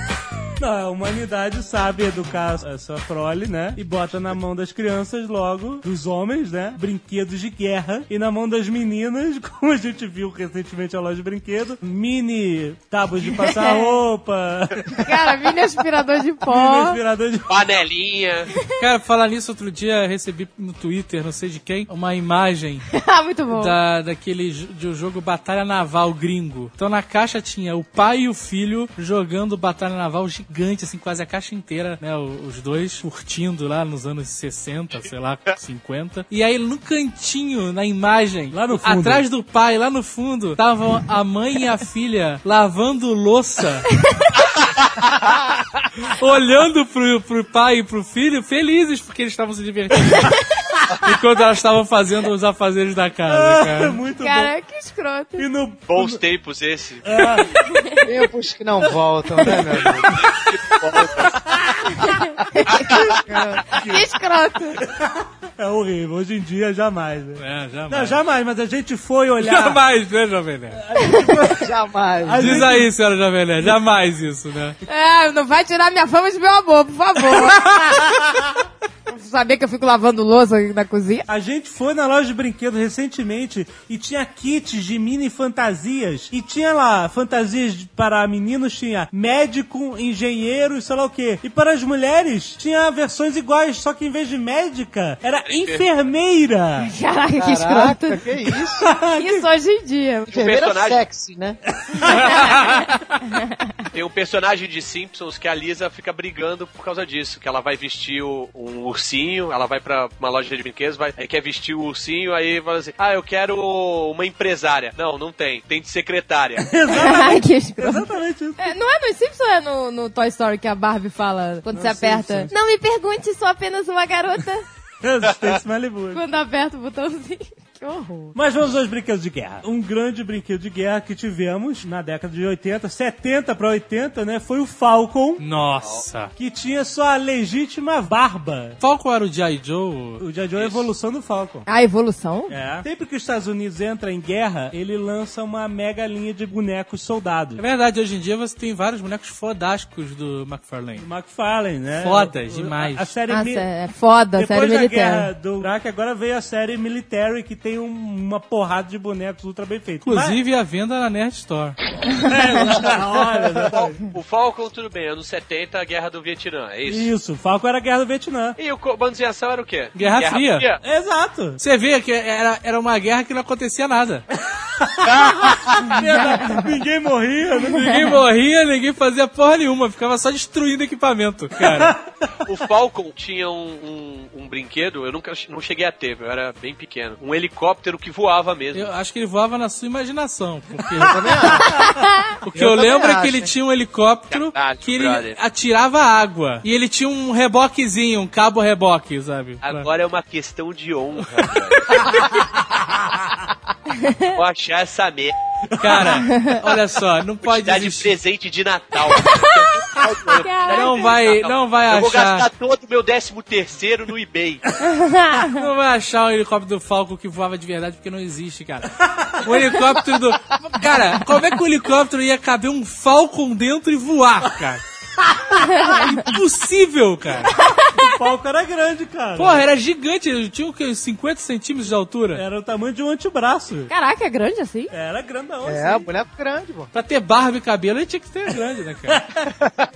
B: Não, a humanidade sabe educar essa prole, né? E bota na mão das crianças logo, dos homens, né? Brinquedos de guerra. E na mão das meninas, como a gente viu recentemente a loja de brinquedo, mini tábuas de passar roupa,
C: Cara, mini aspirador de
B: mini
C: pó.
B: aspirador de...
D: Panelinha.
F: Cara, falar nisso, outro dia eu recebi no Twitter, não sei de quem, uma imagem
C: Ah, muito bom.
F: da, daquele jo- de um jogo Batalha Naval gringo. Então na caixa tinha o pai e o filho jogando Batalha Naval gigante, assim, quase a caixa inteira, né? o- Os dois curtindo lá nos anos 60, sei lá, 50. E aí no cantinho, na imagem,
B: Lá no fundo.
F: atrás do pai, lá no fundo, estavam a mãe e a filha lavando louça. Olhando pro, pro pai e pro filho, felizes porque eles estavam se divertindo. Enquanto elas estavam fazendo os afazeres da casa, cara.
B: Muito bom.
C: Cara, que escroto.
B: E no...
D: Bons tempos esse.
E: Tempos que não voltam, né, meu amigo?
C: Que escroto.
B: É horrível. Hoje em dia, jamais, né?
F: É, jamais.
B: Não, jamais, mas a gente foi olhar...
F: Jamais, né, Jovem Nerd?
E: Jamais.
B: A
F: Diz
B: gente-
F: aí, senhora Jovem Nerd, jamais isso, né?
C: É, não vai tirar minha fama de meu amor, por favor. Saber que eu fico lavando louça aqui na cozinha?
B: A gente foi na loja de brinquedos recentemente e tinha kits de mini fantasias. E tinha lá fantasias de- para meninos, tinha médico, engenheiro e sei lá o quê. E para as mulheres, tinha versões iguais, só que em vez de médica, era enfermeira.
C: Caraca, que
E: Caraca,
C: escroto.
E: que isso?
C: Isso hoje em dia.
E: Enfermeira
D: personagem-
E: sexy, né?
D: Tem um personagem de Simpsons que a Lisa fica brigando por causa disso, que ela vai vestir o- um ursinho, ela vai pra uma loja de brinquedos, vai, aí quer vestir o ursinho, aí fala assim, ah, eu quero uma empresária. Não, não tem, tem de
F: É
D: secretária.
C: Ai, que escroto.
B: Exatamente isso.
C: É, não é nos Simpsons ou é no, no Toy Story que a Barbie fala quando você aperta? Não me pergunte, sou apenas uma garota.
B: Resistência Malibu.
C: quando aperta o botãozinho. Que horror.
B: Mas vamos aos brinquedos de guerra. Um grande brinquedo de guerra que tivemos na década de 80, 70 para 80, né? Foi o Falcon,
F: Nossa.
B: que tinha sua legítima barba.
F: Falco era o G.I. Joe?
B: O Jojo é a evolução do Falcon.
C: A evolução?
B: É. Sempre que os Estados Unidos entram em guerra, ele lança uma mega linha de bonecos soldados.
F: É verdade, hoje em dia você tem vários bonecos fodásticos do McFarlane.
B: O McFarlane, né?
F: Fodas
B: O-
F: demais.
B: A, a série
C: Nossa,
B: mi-
C: é foda,
B: Depois
C: série
B: da
C: militar.
B: guerra do Iraque, agora veio a série Military, que tem um- uma porrada de bonecos ultra bem feitos.
F: Inclusive a venda na Nerd Store.
B: tá Olha,
D: Fal- o Falcon, tudo bem, anos 70, a guerra do Vietnã, é isso.
B: Isso, Falcon era a guerra do Vietnã.
D: E o comando de ação era o quê?
F: Guerra Fria.
B: Exato.
F: Você vê que era, era uma guerra que não acontecia nada.
B: Ninguém morria, né?
F: Ninguém morria, ninguém fazia porra nenhuma. Ficava só destruindo equipamento, cara.
D: O Falcon tinha um, um- um brinquedo, eu nunca não cheguei a ter, eu era bem pequeno. Um helicóptero que voava mesmo.
F: Eu acho que ele voava na sua imaginação. Porque... o que eu, lembro é que
E: acho,
F: ele
E: hein?
F: tinha um helicóptero
D: Caralho,
F: que ele
D: brother.
F: atirava água. E ele tinha um reboquezinho, um cabo reboque, sabe? Pra-
D: Agora é uma questão de honra, cara. Vou achar essa merda.
F: Cara, olha só, não
D: Pode
F: pode
D: dar de
F: existir.
D: presente de Natal. cara.
F: Não vai, não vai
D: Eu vou
F: achar.
D: gastar todo o meu décimo terceiro no eBay.
F: Não vai achar o helicóptero do Falco que voava de verdade, porque não existe, cara. O helicóptero do. Cara, como é que o helicóptero ia caber um Falcon dentro e voar, cara? Impossível, cara.
B: O palco era grande, cara.
F: Porra, era gigante. Ele tinha o quê? Uns 50 centímetros de altura.
B: Era o tamanho de um antebraço.
C: Caraca, é grande assim?
B: Era grandão,
E: É,
B: assim.
E: boneco grande, pô.
F: Pra ter barba e cabelo, ele tinha que ser grande, né, cara?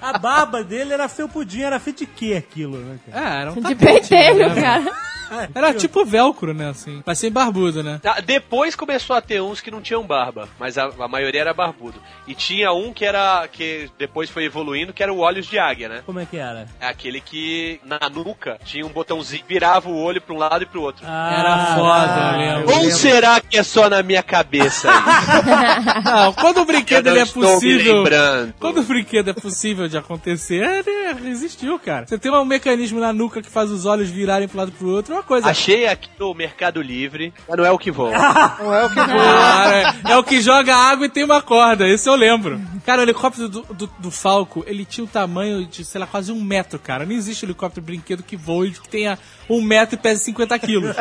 B: A barba dele era felpudinha, era feito de quê aquilo, né, cara?
F: Ah, era um
C: De
F: tapete,
C: pentelho,
F: né?
C: cara.
F: Era tipo velcro, né, assim. Mas sem barbudo, né?
D: Tá, Depois começou a ter uns que não tinham barba, mas a, a maioria era barbudo. E tinha um que era. que depois foi evoluindo, que era o Olhos de Águia, né?
B: Como é que era?
D: É aquele que na nuca tinha um botãozinho, virava o olho pra um lado e pro outro.
F: Era foda, Ah, eu lembro.
D: Ou será que é só na minha cabeça? isso?
F: Não, quando o brinquedo
D: Eu não
F: ele é
D: estou me
F: possível.
D: lembrando.
F: Quando o brinquedo é possível de acontecer, ele existiu, cara. Você tem um mecanismo na nuca que faz os olhos virarem pro lado e pro outro, é uma coisa.
D: Achei aqui no Mercado Livre, mas não é o que vou.
B: Ah,
E: Não é o que
F: Cara, é o que joga água e tem uma corda, esse eu lembro. Cara, o helicóptero do, do, do Falco, ele tinha o tamanho de, sei lá, quase um metro, cara. Não existe helicóptero brinquedo que voe, que tenha um metro e pese 50 quilos.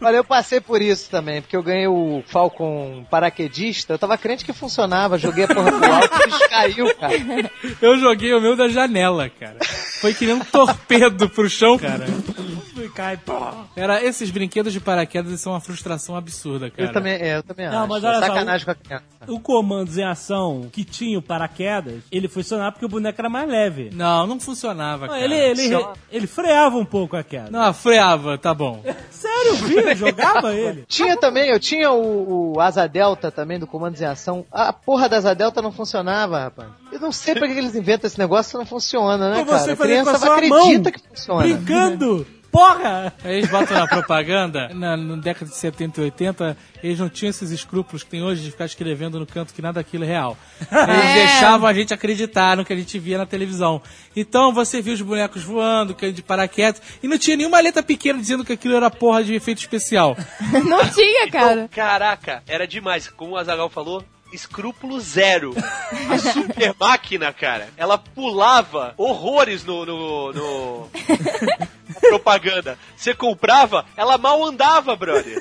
E: Olha, eu passei por isso também, porque eu ganhei o Falcon paraquedista, eu tava crente que funcionava, joguei a porra pro alto e bicho caiu, cara.
F: Eu joguei o meu da janela, cara. Foi que nem um torpedo pro chão, cara.
B: E cai, pô.
F: Era, esses brinquedos de paraquedas eles são uma frustração absurda, cara.
E: Eu também, é, eu também
B: Não,
E: acho.
B: mas olha só,
E: Sacanagem com a criança.
B: O comandos em ação que tinha o paraquedas, ele funcionava porque o boneco era mais leve.
F: Não, não funcionava,
B: Não,
F: cara.
B: ele, ele, ele freava um pouco a queda.
F: Não, freava, tá bom.
B: Sério, viu? Jogava ele.
E: Tinha também, eu tinha o, o Asa Delta também, do Comandos em Ação. A porra da Asa Delta não funcionava, rapaz. Eu não sei pra que eles inventam esse negócio que não funciona, né,
B: Pra
E: cara?
B: você fazer
E: a
B: com
E: criança
B: a sua mão.
E: acredita que funciona.
B: Brincando. Porra!
F: Aí eles botam na propaganda, na, na década de 70 e 80, eles não tinham esses escrúpulos que tem hoje de ficar escrevendo no canto que nada daquilo é real. Eles
C: É.
F: deixavam a gente acreditar no que a gente via na televisão. Então você via os bonecos voando, caindo de paraquedas, e não tinha nenhuma letra pequena dizendo que aquilo era porra de efeito especial.
C: Não tinha, cara.
D: Então, caraca, era demais. Como o Azagal falou, escrúpulo zero. A super máquina, cara, ela pulava horrores no. no, no- na propaganda. Você comprava, ela mal andava, brother.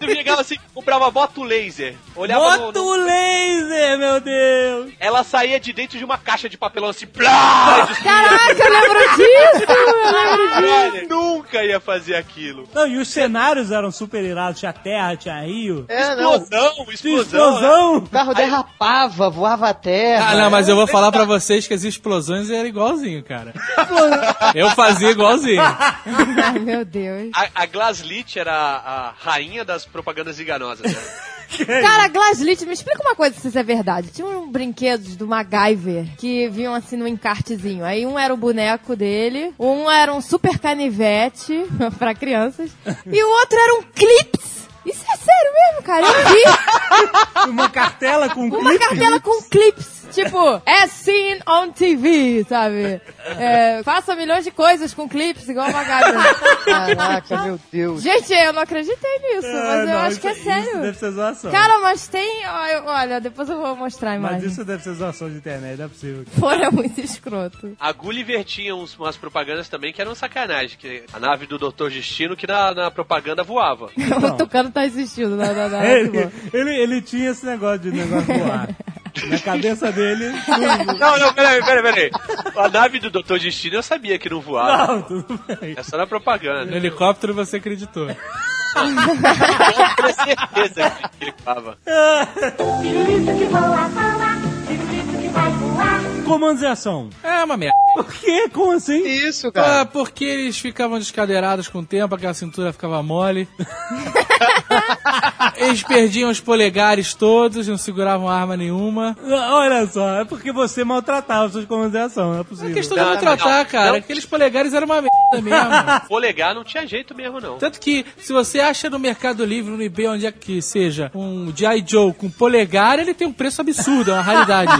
D: Você chegava assim, comprava moto laser. Olhava no-
B: Bota
D: no,
B: o laser, meu Deus!
D: Ela saía de dentro de uma caixa de papelão assim. Plá!
C: Caraca, eu lembro disso! Eu lembro disso.
D: Brother, Nunca ia fazer aquilo.
B: Não, e os cenários eram super irados. Tinha terra, tinha rio.
E: É, não.
D: Explosão,
B: Tinha
D: explosão. né?
B: explosão.
E: O carro derrapava, voava a terra.
F: Ah, não, mas eu vou falar pra vocês que as explosões eram igualzinho, cara. Eu fazia igualzinho.
C: Ai, meu Deus.
D: A, a Glaslit era a, a rainha das propagandas enganosas. Né?
C: Cara, Glaslit, me explica uma coisa se isso é verdade. Tinha um brinquedos do MacGyver que vinham assim no encartezinho. Aí um era o boneco dele, um era um super canivete pra crianças e o outro era um clips. Isso é sério mesmo, cara? Eu vi
B: Uma cartela com
C: uma
B: clipe.
C: cartela com clips. Tipo, é seen on TV, sabe? É, faça milhões de coisas com clips, igual o MacGyver. Ah,
E: Caraca, meu Deus.
C: Gente, eu não acreditei nisso,
B: Ah,
C: mas eu
B: não,
C: acho que é
B: isso-
C: sério.
B: Isso deve ser zoação.
C: Cara, mas tem. ó, eu- Olha, depois eu vou mostrar a imagem.
B: Mas isso deve ser zoação de internet, não é possível.
C: Fora muito escroto.
D: A Gulliver tinha uns, umas propagandas também que eram sacanagem. Que a nave do Dr. Destino que na, na propaganda voava.
B: Não.
C: O Tucano tá existindo. Não, não, tipo. não. muito
B: Ele,
C: bom.
B: ele, ele tinha esse negócio de negócio voar. Na cabeça dele, tudo.
D: Não, não, peraí, peraí, peraí. A nave do Dr. Destino eu sabia que não voava.
B: Não, tudo bem.
D: É só na
F: No
D: propaganda.
F: helicóptero você acreditou.
D: Eu tinha certeza que ele voava.
H: Pirulito que voa, voa, pirulito que vai voar.
B: Comandos em ação.
F: É uma merda.
B: Por quê? Como assim?
E: Isso,
F: Ah,
E: cara.
F: porque eles ficavam descadeirados com o tempo, aquela cintura ficava mole. eles perdiam os polegares todos, não seguravam arma nenhuma.
B: Olha só, é porque você maltratava os seus comandos em ação, não é
F: Não é
B: possível.
F: questão de
D: Não,
F: maltratar,
D: não,
F: cara.
D: não.
F: Aqueles polegares eram uma merda mesmo.
D: Polegar não tinha jeito mesmo, não.
F: Tanto que, se você acha no Mercado Livre, no eBay, onde é que seja, um G.I. Joe com polegar, ele tem um preço absurdo, é uma raridade.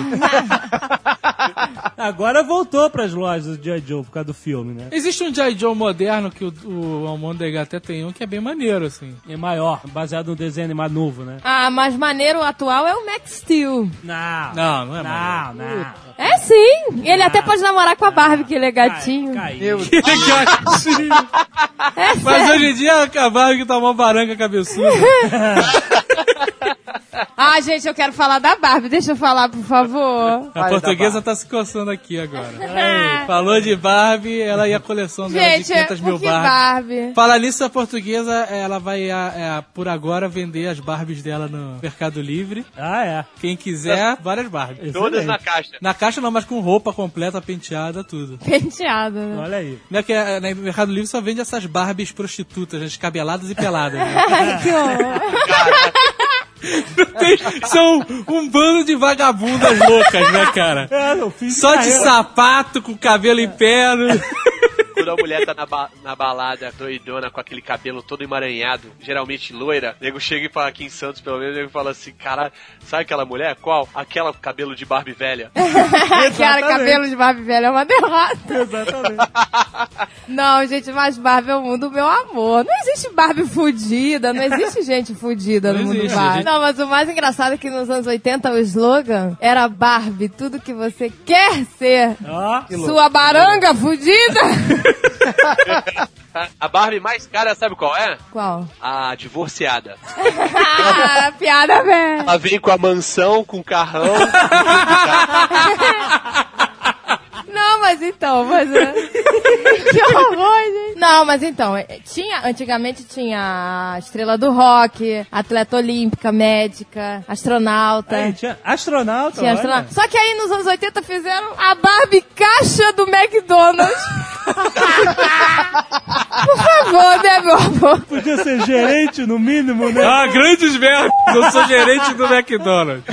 B: Agora voltou pras lojas do G.I. Joe por causa do filme, né?
F: Existe um G.I. Joe moderno que o, o Almôndega até tem um que é bem maneiro, assim.
B: É maior, baseado no desenho animado novo, né?
C: Ah, mas maneiro atual é o Max Steel.
B: Não,
F: Não, não é
B: não, não.
C: É sim! Ele até pode namorar com a Barbie, que ele é gatinho.
B: Cai, cai.
E: Meu Deus.
F: Mas hoje em dia acabaram que tá uma baranga cabeçuda.
C: Ah, gente, eu quero falar da Barbie. Deixa eu falar, por favor.
F: A portuguesa tá se coçando aqui agora. Falou de Barbie, ela e a coleção dela de
C: gente,
F: 500 mil
C: por que
F: Barbie.
C: Barbie?
F: Fala nisso, a portuguesa, ela vai, a- a, por agora, vender as Barbies dela no Mercado Livre.
B: Ah, é.
F: Quem quiser, várias Barbies.
D: Todas na caixa.
F: Na caixa não, mas com roupa completa, penteada, tudo.
C: Penteado, né?
B: Olha aí.
F: Não é que é, no Mercado Livre só vende essas Barbies prostitutas, né, descabeladas e peladas. né?
C: Ai, que horror.
F: Tem- são um bando de vagabundas loucas, né, cara?
B: É, não, fiz
F: Só de
B: carreira.
F: sapato, com cabelo em pé. né?
D: Quando a mulher tá na, ba- na balada doidona com aquele cabelo todo emaranhado, geralmente loira, o nego chega e fala aqui em Santos, pelo menos, o nego fala assim: cara, sabe aquela mulher? Qual? Aquela com cabelo de Barbie velha.
C: Cara, cabelo de Barbie velha é uma derrota.
B: Exatamente.
C: Não, gente, mas Barbie é o mundo do meu amor. Não existe Barbie fudida, não existe gente fudida no
F: Não
C: mundo
F: existe,
C: Barbie.
F: gente.
C: Não, mas o mais engraçado é que nos anos 80 o slogan era Barbie, tudo que você quer ser.
B: Ó,
C: Sua baranga fudida!
D: A Barbie mais cara, sabe qual é?
C: Qual?
D: A divorciada.
C: Ah, piada velha.
D: Ela vem com a mansão, com o carrão.
C: É Não, mas então, mas. é. que horror, gente. Não, mas então, é, tinha. Antigamente tinha a estrela do rock, atleta olímpica, médica, astronauta.
B: aí, tinha astronauta.
C: É. Tinha
B: olha.
C: astronauta. Só que aí nos anos 80 fizeram a Barbie caixa do McDonald's. Por favor, né, meu amor?
B: Podia ser gerente, no mínimo, né?
F: Ah, grandes merdas! Eu sou gerente do McDonald's.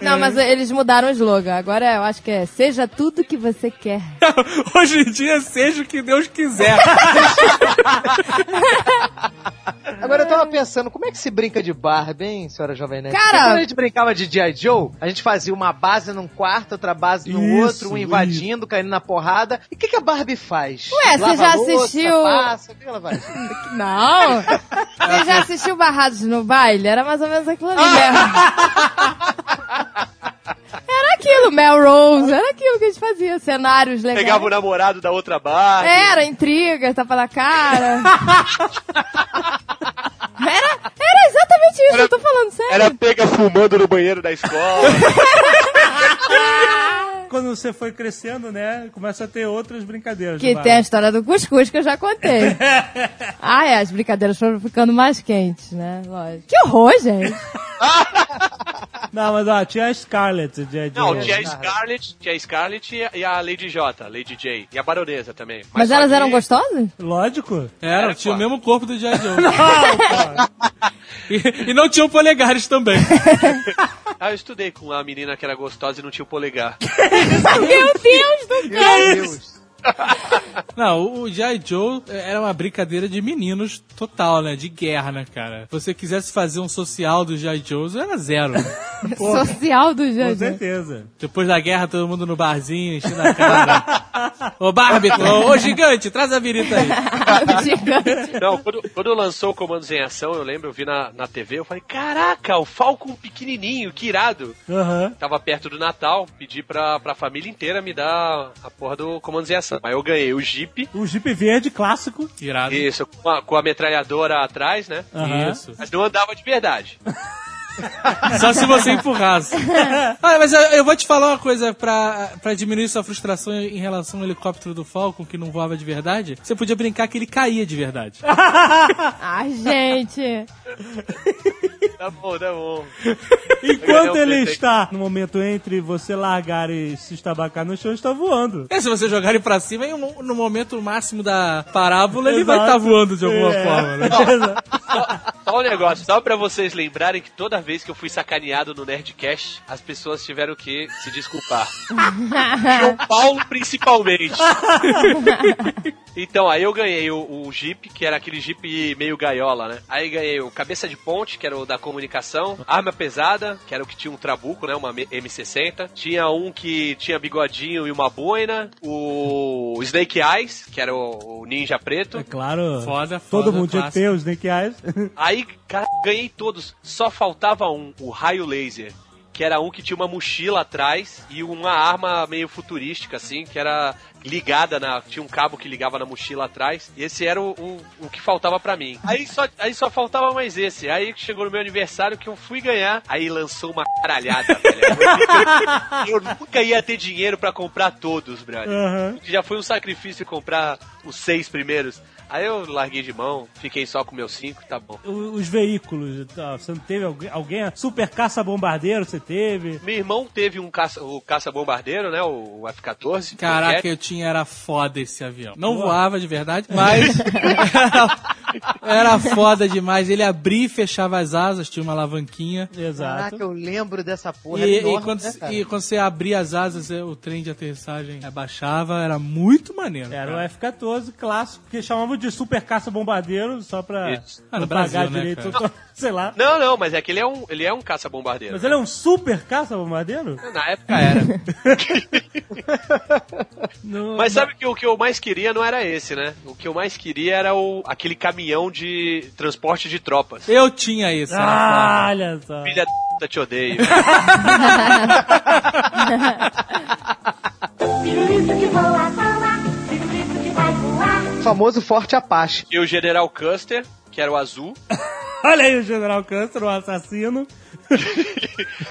C: Não, mas eles mudaram o slogan. Agora eu acho que é Seja tudo que você quer.
F: Hoje em dia, seja o que Deus quiser.
E: Agora eu tava pensando, como é que se brinca de Barbie, hein, senhora Jovem Nerd?
C: Cara-
E: Porque Quando a gente brincava de G.I. Joe, a gente fazia uma base num quarto, outra base no
B: Isso,
E: outro, um invadindo, caindo na porrada. E o que, que a Barbie faz?
C: Ué, você
E: Lava
C: já
E: louça,
C: assistiu-
E: Passa, o que ela faz?
C: Não! Você já assistiu Barrados no Baile? Era mais ou menos aquilo ali mesmo. Era aquilo, Melrose, era aquilo que a gente fazia, cenários legais.
D: Pegava o namorado da outra Barbie.
C: Era intriga, tapa na cara. Era, era exatamente isso, eu tô falando sério.
D: Era pega fumando no banheiro da escola.
C: É
B: Quando você foi crescendo, né? Começa a ter outras brincadeiras.
C: Que
B: do
C: tem a
B: Barbie.
C: história do cuscuz que eu já contei. ah, é, as brincadeiras foram ficando mais quentes, né? Lógico. Que horror, gente.
B: Não, mas ó, tinha a Scarlett. De, de,
D: Não, tinha a Scarlett, tinha a Scarlett e a- e a Lady J, Lady J. E a Baronesa também.
C: Mas
D: só
C: elas
D: que-
C: eram gostosas?
B: Lógico.
F: Era, tinha o
D: pô.
F: mesmo corpo do G.I. Joe. E, e não tinham polegares também.
D: Ah, eu estudei com uma menina que era gostosa e não tinha o polegar.
C: Meu Deus do céu!
E: Meu Deus.
F: Não, o- o G.I. Joe era uma brincadeira de meninos total, né? De guerra, né, cara? Se você quisesse fazer um social do G.I. Joe, era zero. né?
C: Social do
B: Com
C: Janjão.
B: certeza.
F: Depois da guerra, todo mundo no barzinho, enchendo a cara. ô, Bárbito, ô, ô, gigante, traz a virita aí.
C: O Ah, gigante.
D: Não, quando, quando lançou o Comandos em Ação, eu lembro, eu vi na, na TV, eu falei, caraca, o Falcon pequenininho, que irado.
B: Aham.
D: Tava perto do Natal, pedi pra, pra família inteira me dar a porra do Comandos em Ação. Aí eu ganhei o Jeep,
B: O Jeep Verde clássico.
F: Irado.
D: isso, com a, com a metralhadora atrás, né?
B: Aham.
F: Isso.
D: Mas não andava de verdade.
F: Só se você empurrasse. Ah, mas eu, eu vou te falar uma coisa pra, pra diminuir sua frustração em relação ao helicóptero do Falcon, que não voava de verdade. Você podia brincar que ele caía de verdade.
C: Ai, Ah, gente.
D: Tá bom, tá bom.
B: Enquanto
D: Eu
B: ele
D: tentei.
B: está no momento entre você largar e se estabacar no chão, está voando.
F: É, se você jogar ele pra cima, em um- no momento máximo da parábola, ele vai
B: Exato.
F: estar voando de alguma
B: É.
F: forma, né?
D: Só um negócio, só pra vocês lembrarem que toda vez que eu fui sacaneado no Nerdcast, as pessoas tiveram que se desculpar. João Paulo, principalmente. Então, aí eu ganhei o, o Jeep, que era aquele Jeep meio gaiola, né? Aí ganhei o Cabeça de Ponte, que era o da comunicação, Arma Pesada, que era o que tinha um trabuco, né? Uma M- M60. Tinha um que tinha bigodinho e uma boina, o Snake Eyes, que era o, o ninja preto.
B: É claro.
F: Foda,
B: Todo
F: foda,
B: mundo tinha que
F: clássico.
B: ter os Snake Eyes.
D: Aí, cara, ganhei todos. Só faltava um, o raio laser. Que era um que tinha uma mochila atrás e uma arma meio futurística, assim, que era ligada na. Tinha um cabo que ligava na mochila atrás. E esse era o, o, o que faltava pra mim. Aí só, aí só faltava mais esse. Aí que chegou no meu aniversário que eu fui ganhar. Aí lançou uma caralhada, velho. Eu nunca ia ter dinheiro pra comprar todos, brother.
B: Aham.
D: Já foi um sacrifício comprar os seis primeiros. Aí eu larguei de mão, fiquei só com meus cinco, tá bom.
B: O- Os veículos, e tal. você não teve alguém, alguém- Super caça bombardeiro você teve?
D: Meu irmão teve um caça, o caça-bombardeiro, né? O F-14.
F: Caraca,
D: Rocket.
F: eu tinha, era foda esse avião. Não voava de verdade, mas era, era foda demais. Ele abria e fechava as asas, tinha uma alavanquinha.
B: Exato.
E: Caraca, eu lembro dessa porra.
F: E,
E: era
F: e
E: enorme,
F: quando,
E: né, cara?
F: e quando você abria as asas, eh, o trem de aterrissagem abaixava, era muito maneiro.
B: Era o
F: cara.
B: F-14 clássico, que chamavam de super caça bombardeiro, só pra
D: Isso.
F: Ah,
B: não
F: no
B: pagar
F: Brasil, né,
B: direito,
F: cara?
B: sei lá.
D: Não, não, mas é que ele é um, ele é um caça-bombardeiro.
B: Mas ele é um super caça bombardeiro?
D: Na época era.
B: Não-
D: Mas sabe que o que eu mais queria não era esse, né? O que eu mais queria era o, aquele caminhão de transporte de tropas.
F: Eu tinha isso. era
B: Ah,
F: foda.
B: olha só.
D: Filha da te odeio.
H: Pirulito que voa, voa, pirulito que vai voar.
E: O famoso Forte Apache.
D: E o General Custer, que era o azul.
B: Olha aí o General Câncer, o assassino.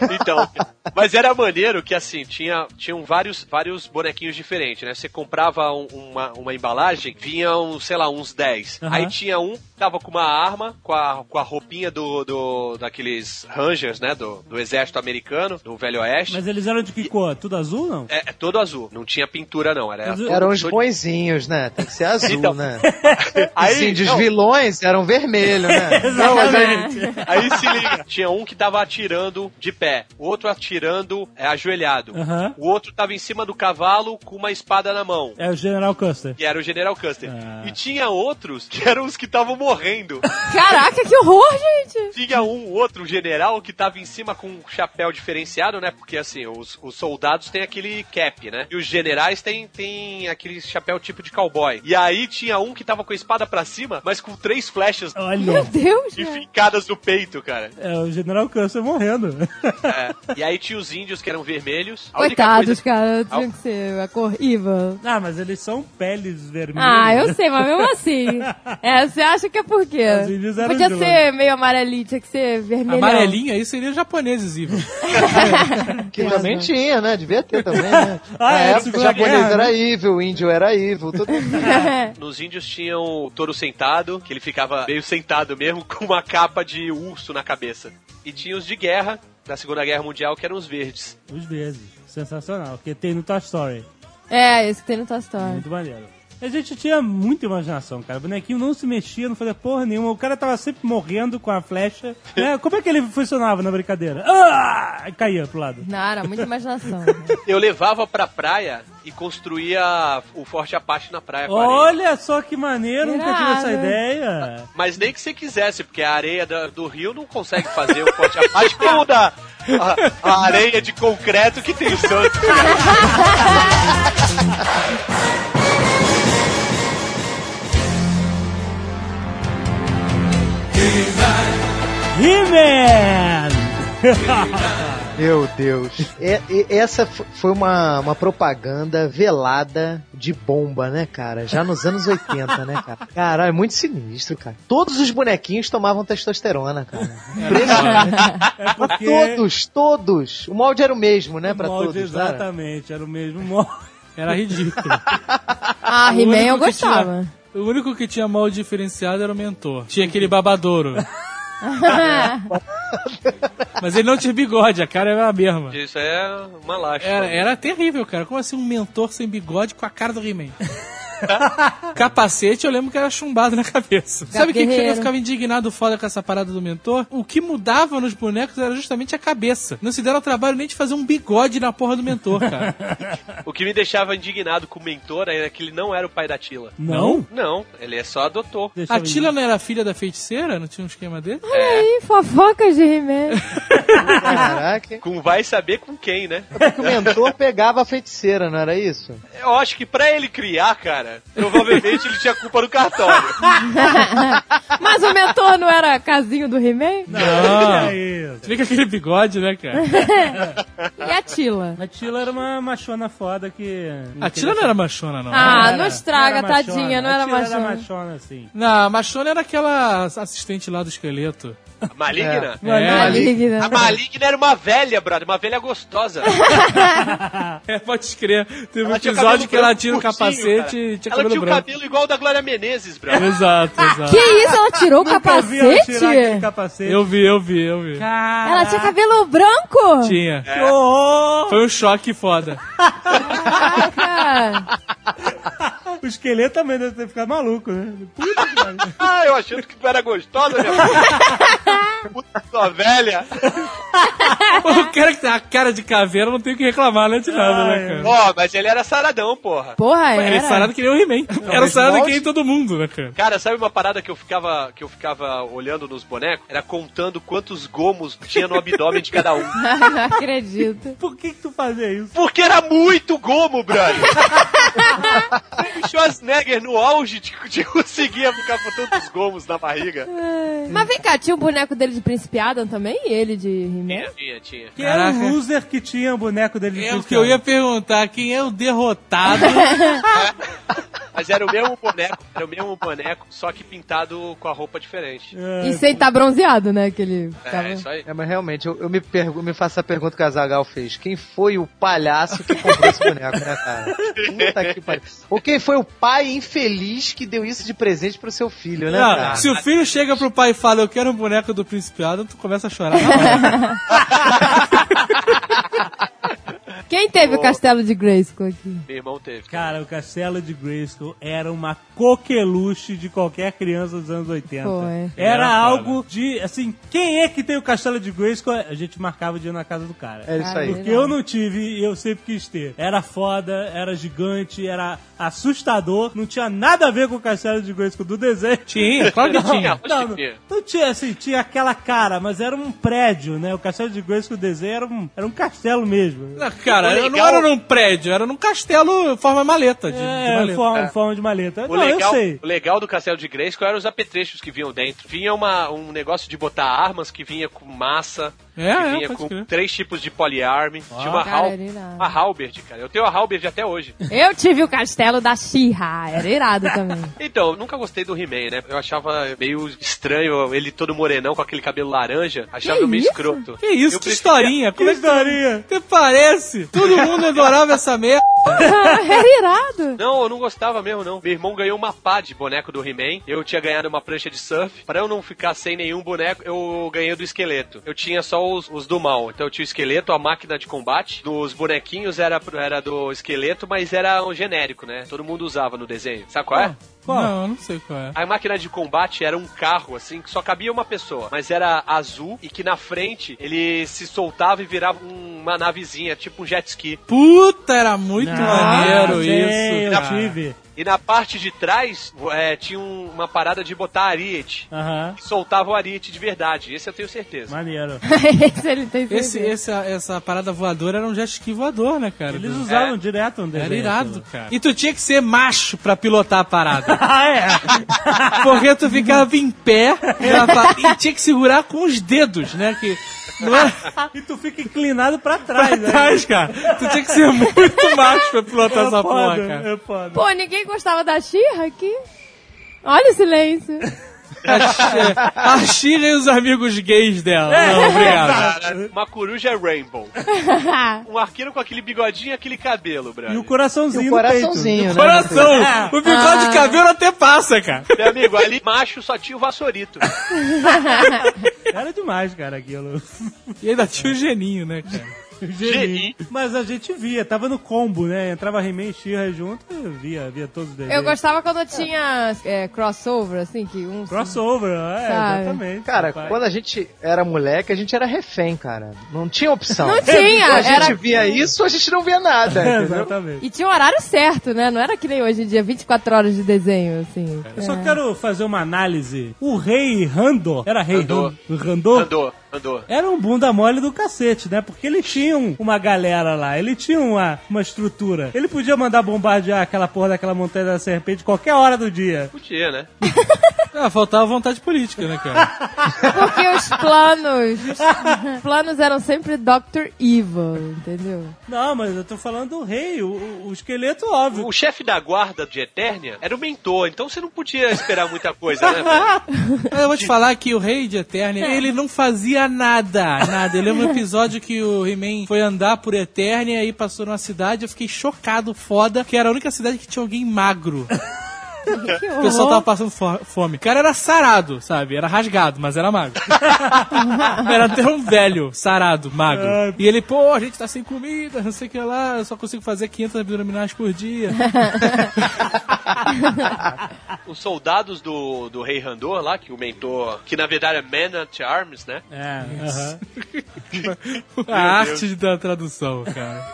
D: então, mas era maneiro que assim, tinha tinham vários, vários bonequinhos diferentes, né? Você comprava um- uma, uma embalagem, vinham, sei lá, uns 10.
B: Aham.
D: Aí tinha um que tava com uma arma, com a, com a roupinha do, do daqueles Rangers, né? Do, do exército americano, do Velho Oeste.
B: Mas eles eram de que cor? Tudo azul, não?
D: É, é todo azul, não tinha pintura não, era
B: Mas o-
D: todo-
E: Eram os
D: todo-
E: bonzinhos, né? Tem que ser azul,
D: Então.
E: né?
D: Aí,
E: Assim, dos
D: não,
E: vilões eram vermelho, né?
B: Não, mas aí-
D: aí se liga. Tinha um que tava atirando de pé, o outro atirando é, ajoelhado.
B: Aham.
D: O outro tava em cima do cavalo com uma espada na mão.
B: É o General Custer.
D: que era o General Custer.
B: Ah.
D: E tinha outros que eram os que estavam morrendo.
C: Caraca, que horror, gente!
D: tinha um outro general que tava em cima com um chapéu diferenciado, né? Porque assim, os, os soldados têm aquele cap, né? E os generais têm, têm aquele chapéu tipo de cowboy. E aí tinha um que tava com a espada pra cima, mas com três flechas
C: Meu
B: Olha,
C: Deus,
D: e
C: velho.
D: fincadas no peito, cara.
B: é o General Custer morrendo.
D: É. E aí tinha os índios que eram vermelhos. A única
C: Coitados,
D: coisa-
C: cara, tinha que ser a cor Iva.
B: ah, mas eles são peles vermelhas.
C: Ah, eu sei, mas mesmo assim. É, você acha que é por quê?
B: Os índios eram
C: Podia
B: de
C: ser meio amarelinho, tinha que ser vermelhão.
F: Amarelinha, isso seria japoneses, Ivo.
E: Que também tinha, né? Devia ter também, né?
B: Ah,
E: Na
B: é,
E: época, o
B: Segunda
E: japonês
B: Guerra,
E: era evil, o índio era evil, tudo.
D: Nos índios tinham o touro sentado, que ele ficava meio sentado mesmo, com uma capa de urso na cabeça. E tinha os de guerra, da Segunda Guerra Mundial, que eram os verdes.
B: Os verdes. Sensacional. Que tem no Toy Story.
C: É, esse que tem no Toy Story.
B: Muito maneiro. A gente tinha muita imaginação, cara. O bonequinho não se mexia, não fazia porra nenhuma. O cara tava sempre morrendo com a flecha. né? Como é que ele funcionava na brincadeira? Ah! E Caía pro lado.
C: Nara, muita imaginação. né?
D: Eu levava pra praia e construía o Forte Apache na praia. com areia.
B: Olha só que maneiro, nunca tive
C: Irado.
B: essa ideia.
D: Mas nem que você quisesse, porque a areia da- do rio não consegue fazer o Forte Apache como da a, a areia de concreto que tem os outros.
B: He-Man!
E: Meu Deus. É- e- essa fo- foi uma, uma propaganda velada de bomba, né, cara? Já nos anos 80, né, cara? Caralho, é muito sinistro, cara. Todos os bonequinhos tomavam testosterona, cara.
B: é
E: Mas
B: porque
E: todos, todos. O molde era o mesmo,
F: É
E: né,
B: o
E: pra
B: molde,
E: todos. Exatamente.
B: exatamente, era o mesmo molde.
F: Era ridículo.
C: Ah,
F: O
C: He-Man
F: único
C: eu
F: que tinha-
C: gostava.
F: o único que tinha mal diferenciado era o mentor. Tinha aquele babadouro. Mas ele não tinha bigode, a cara era a mesma.
D: Isso é uma laxa.
F: Era, era terrível, cara. Como assim um mentor sem bigode com a cara do He-Man? Capacete, eu lembro que era chumbado na cabeça. Sabe o que, que eu
C: Guerreiro.
F: ficava indignado foda com essa parada do mentor? O que mudava nos bonecos era justamente a cabeça. Não se deram ao trabalho nem de fazer um bigode na porra do mentor, cara.
D: O que me deixava indignado com o mentor era que ele não era o pai da Tila.
B: Não?
D: Não, ele é só adotor.
B: Deixa
F: A
B: eu-
F: Tila não era filha da feiticeira? Não tinha um esquema dele?
C: Ih, fofocas de remédio.
E: Caraca.
D: Com vai saber com quem, né?
E: Que o mentor pegava a feiticeira, não era isso?
D: Eu acho que pra ele criar, cara, provavelmente ele tinha culpa no cartório.
C: Mas o mentor não era casinho do He-Man?
F: Não.
B: É Isso.
F: Você vê que aquele bigode, né, cara?
C: E a Tila?
B: A Tila era uma machona foda que.
F: A Tila não era machona, não.
C: Ah,
B: Era.
C: não estraga,
B: Não era machona.
C: tadinha, não era
B: a Tila
C: machona.
B: Era machona, assim.
F: Não, a machona era aquela assistente lá do esqueleto.
D: A maligna?
F: É,
C: Maligna.
D: A maligna era uma velha, brother, uma velha gostosa.
F: é, pode crer. Teve um
D: Ela tinha cabelo
F: episódio que ela
D: branco
F: tira o
D: curtinho,
F: capacete
D: cara.
F: e tinha
D: Ela
F: cabelo
D: tinha o
F: branco.
D: cabelo igual o da Glória Menezes, brother.
F: Exato, exato.
C: Que isso? Ela tirou o
B: Nunca vi ela tirar aquele
C: capacete?
B: capacete.
F: Eu vi, eu vi, eu vi.
C: Ela tinha cabelo branco?
F: Tinha. É.
B: Que horror!
F: Foi um choque foda.
C: Caraca.
B: O esqueleto também deve ter ficado maluco, né? Puta que pariu.
D: Ah, eu achando que tu era gostosa, minha filha. Puta sua velha.
F: o cara que tem a cara de caveira não tem o que reclamar, né, de
B: Ah,
F: nada,
B: é.
F: né, cara?
D: Ó, mas ele era saradão, porra.
C: Porra,
F: Ele
C: era.
F: sarado que nem o He-Man. Era
E: mas
F: sarado que
E: mostra-
F: nem todo mundo, né, cara?
D: Cara, sabe uma parada que eu ficava que eu ficava olhando nos bonecos? Era contando quantos gomos tinha no abdômen de cada um.
C: não acredito.
B: Por que, que tu fazia isso?
D: Porque era muito gomo, brother. o Schwarzenegger, no auge, de, de conseguia ficar com tantos gomos na barriga.
C: Mas vem cá, tinha o boneco dele de Príncipe Adam também? E ele de He-Man?
D: Tinha, tinha.
B: Que era
F: Caraca.
B: um loser que tinha o boneco dele de
F: É o que
B: função.
F: eu ia perguntar, quem é o derrotado?
D: Mas era o mesmo boneco, era o mesmo boneco, só que pintado com a roupa diferente.
B: É.
C: E sem tá bronzeado, né? Que ele ficava...
D: É, isso aí.
E: É, mas realmente, eu, eu me, pergu- me faço a pergunta que a Zagal fez. Quem foi o palhaço que comprou esse boneco, né, cara? Puta que pariu. Ou quem foi o pai infeliz que deu isso de presente pro seu filho, né,
F: Não,
E: cara?
F: se o filho chega pro pai e fala, eu quero um boneco do Príncipe Adam, tu começa a chorar. na hora.
C: Quem teve o castelo de Grayskull aqui?
D: Meu irmão teve.
B: Cara, o castelo de Grayskull era uma coqueluche de qualquer criança dos anos 80.
C: Foi.
B: Era
F: Era,
B: algo de, assim, quem é que tem o castelo de Grayskull? A gente marcava o dia na casa do cara.
E: É isso aí.
B: Porque eu não tive e eu sempre quis ter. Era foda, era gigante, era assustador, não tinha nada a ver com o castelo de Grayskull do desenho.
F: Tinha, claro que tinha.
B: Não,
D: Acho
B: não,
D: que tinha.
B: não tinha, assim, tinha aquela cara, mas era um prédio, né? O castelo de Grayskull do desenho era um, era um castelo mesmo.
F: Não, cara,
D: O
F: eu não
D: legal-
F: era num prédio, era num castelo forma maleta. De, de
B: É,
F: maleta.
B: forma, forma de maleta.
D: O,
B: não, eu
D: legal,
B: sei.
F: é
D: o legal do castelo de Grayskull eram os apetrechos que vinham dentro. Vinha uma, um negócio de botar armas que vinha com massa,
F: É,
D: que
F: é,
D: vinha
F: pode
D: com
F: crer.
D: três tipos de poliarme. Tinha uma,
C: Cara,
D: hal,
C: era irado.
D: uma halberd, cara. Eu tenho a halberd até hoje.
C: Eu tive o castelo da She-Ra. Era irado também.
D: Então, eu nunca gostei do He-Man, né? Eu achava meio estranho ele todo morenão com aquele cabelo laranja. Achava
C: Que
D: meio
C: isso?
D: escroto.
F: Que isso,
D: Eu
F: que
D: preferia-
F: historinha. Como é que
B: Historinha.
F: Até parece. Todo mundo adorava essa merda.
C: Era irado.
D: Não, eu não gostava mesmo, não. Meu irmão ganhou uma pá de boneco do He-Man. Eu tinha ganhado uma prancha de surf. Pra eu não ficar sem nenhum boneco, eu ganhei do esqueleto. Eu tinha só os, os do mal. Então eu tinha o esqueleto, a máquina de combate. Dos bonequinhos era, pro- era do esqueleto, mas era um genérico, né? Todo mundo usava no desenho. Sabe qual
F: Ah.
D: é?
B: Qual?
F: Não, eu não sei qual é.
D: A máquina de combate era um carro, assim, que só cabia uma pessoa, mas era azul e que na frente ele se soltava e virava um- uma navezinha, tipo um jet ski.
F: Puta, era muito um maneiro
B: sei,
F: isso.
B: Ah, Eu
F: cara.
B: tive.
D: E na parte de trás é, tinha um- uma parada de botar ariete.
B: Aham.
D: que Soltava o ariete de verdade, esse eu tenho certeza.
B: Maneiro.
C: Esse ele tem
F: Esse,
C: certeza.
F: essa, essa parada voadora era um jet ski voador, né, cara?
B: Eles
F: Do-
B: usavam direto um desenho.
F: Era irado,
B: aquilo.
F: cara. E tu tinha que ser macho pra pilotar a parada.
B: Ah, é?
F: Porque tu ficava em pé na pa- e tinha que segurar com os dedos, né? Que não era
B: e tu fica inclinado pra trás,
F: pra trás, cara. Tu tinha que ser muito macho pra
B: né?
F: pilotar
B: É
F: tá essa porra,
B: foda,
F: cara.
B: é foda.
C: Pô, ninguém gostava da She-Ra aqui? Olha o silêncio.
F: A Shi- A Shira e É, os amigos gays dela. Não, obrigado.
D: Cara, uma coruja é Rainbow. Um arqueiro com aquele bigodinho e aquele cabelo,
B: E
D: brother.
B: o coraçãozinho
E: E o
B: no peito.
E: coraçãozinho, né?
F: Coração! O bigode de cabelo até passa, cara.
D: Meu amigo, ali macho só tinha o vassourito.
B: Era demais, cara, aquilo.
F: E ainda tinha o geninho, né, cara?
B: Geni. Mas a gente via, tava no combo, né? Entrava He-Man e She-Ra junto, eu via, via todos os desenhos.
C: Eu gostava quando tinha é, crossover, assim, que um...
B: Crossover, é,
C: Sabe.
B: exatamente.
E: Cara,
B: rapaz.
E: quando a gente era moleque, a gente era refém, cara. Não tinha opção.
C: Não tinha,
E: Ou a gente
C: era-
E: via isso, ou a gente não via nada, entendeu?
B: É, Exatamente.
C: E tinha o horário certo, né? Não era que nem hoje em dia, 24 horas de desenho, assim.
B: É. Eu
E: É.
B: só quero fazer uma análise. O rei Randor, era rei
D: Randor.
B: Ran- Randor?
D: Andou, andou.
B: Era um bunda mole do cacete, né? Porque ele tinha um- uma galera lá, ele tinha uma, uma estrutura. Ele podia mandar bombardear aquela porra daquela montanha da serpente qualquer hora do dia.
D: Podia, né?
F: Ah, faltava vontade política, né, cara?
C: Porque os planos... os planos eram sempre Dr. Evil, entendeu?
B: Não, mas eu tô falando do rei, o- o, o esqueleto óbvio.
D: O chefe da guarda de Eternia era o mentor, então você não podia esperar muita coisa, né? velho?
F: Mas eu vou te falar que o rei de Eternia,
C: É.
F: ele não fazia nada, nada. Eu lembro um episódio que o He-Man foi andar por Eternia e passou numa cidade, eu fiquei chocado, foda, que era a única cidade que tinha alguém magro.
C: Que
F: O pessoal tava
C: horror.
F: passando fo- fome. O cara era sarado, sabe? Era rasgado, mas era magro. era até um velho sarado, magro. E ele, pô, a gente tá sem comida, não sei o que lá, eu só consigo fazer 500 abdominais por dia.
D: Os soldados do, do rei Randor lá, que o mentor, que na verdade é Man at Arms, né?
B: É, aham.
F: a arte da tradução, cara.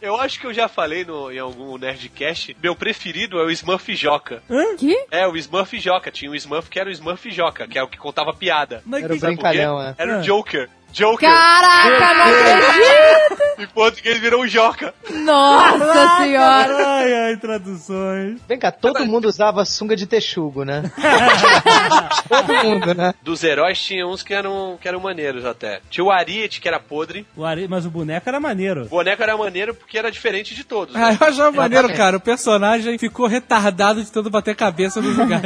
D: Eu, eu acho que eu já falei no, em algum Nerdcast, meu preferido é o Smurf Joca.
C: Que?
D: É, o Smurf Joca. Tinha o Smurf que era o Smurf Joca, que é o que contava piada.
B: Mas
E: Era o
B: que- Ah.
D: Sabe por quê?
E: brincalhão, é.
D: Era o Joker. Joker,
C: Caraca, não acredito!
D: em português virou um o Joca.
C: Nossa senhora!
B: Ai, ai, traduções.
E: Vem cá, todo mundo usava sunga de texugo, né? todo mundo, né?
D: Dos heróis tinha uns que eram, que eram maneiros até. Tinha o Ariete, que era podre.
B: O Ari- Mas o boneco era maneiro.
D: O boneco era maneiro porque era diferente de todos.
F: Ah,
D: Né?
F: eu achava maneiro, cara. O personagem ficou retardado de tanto bater a cabeça nos lugares.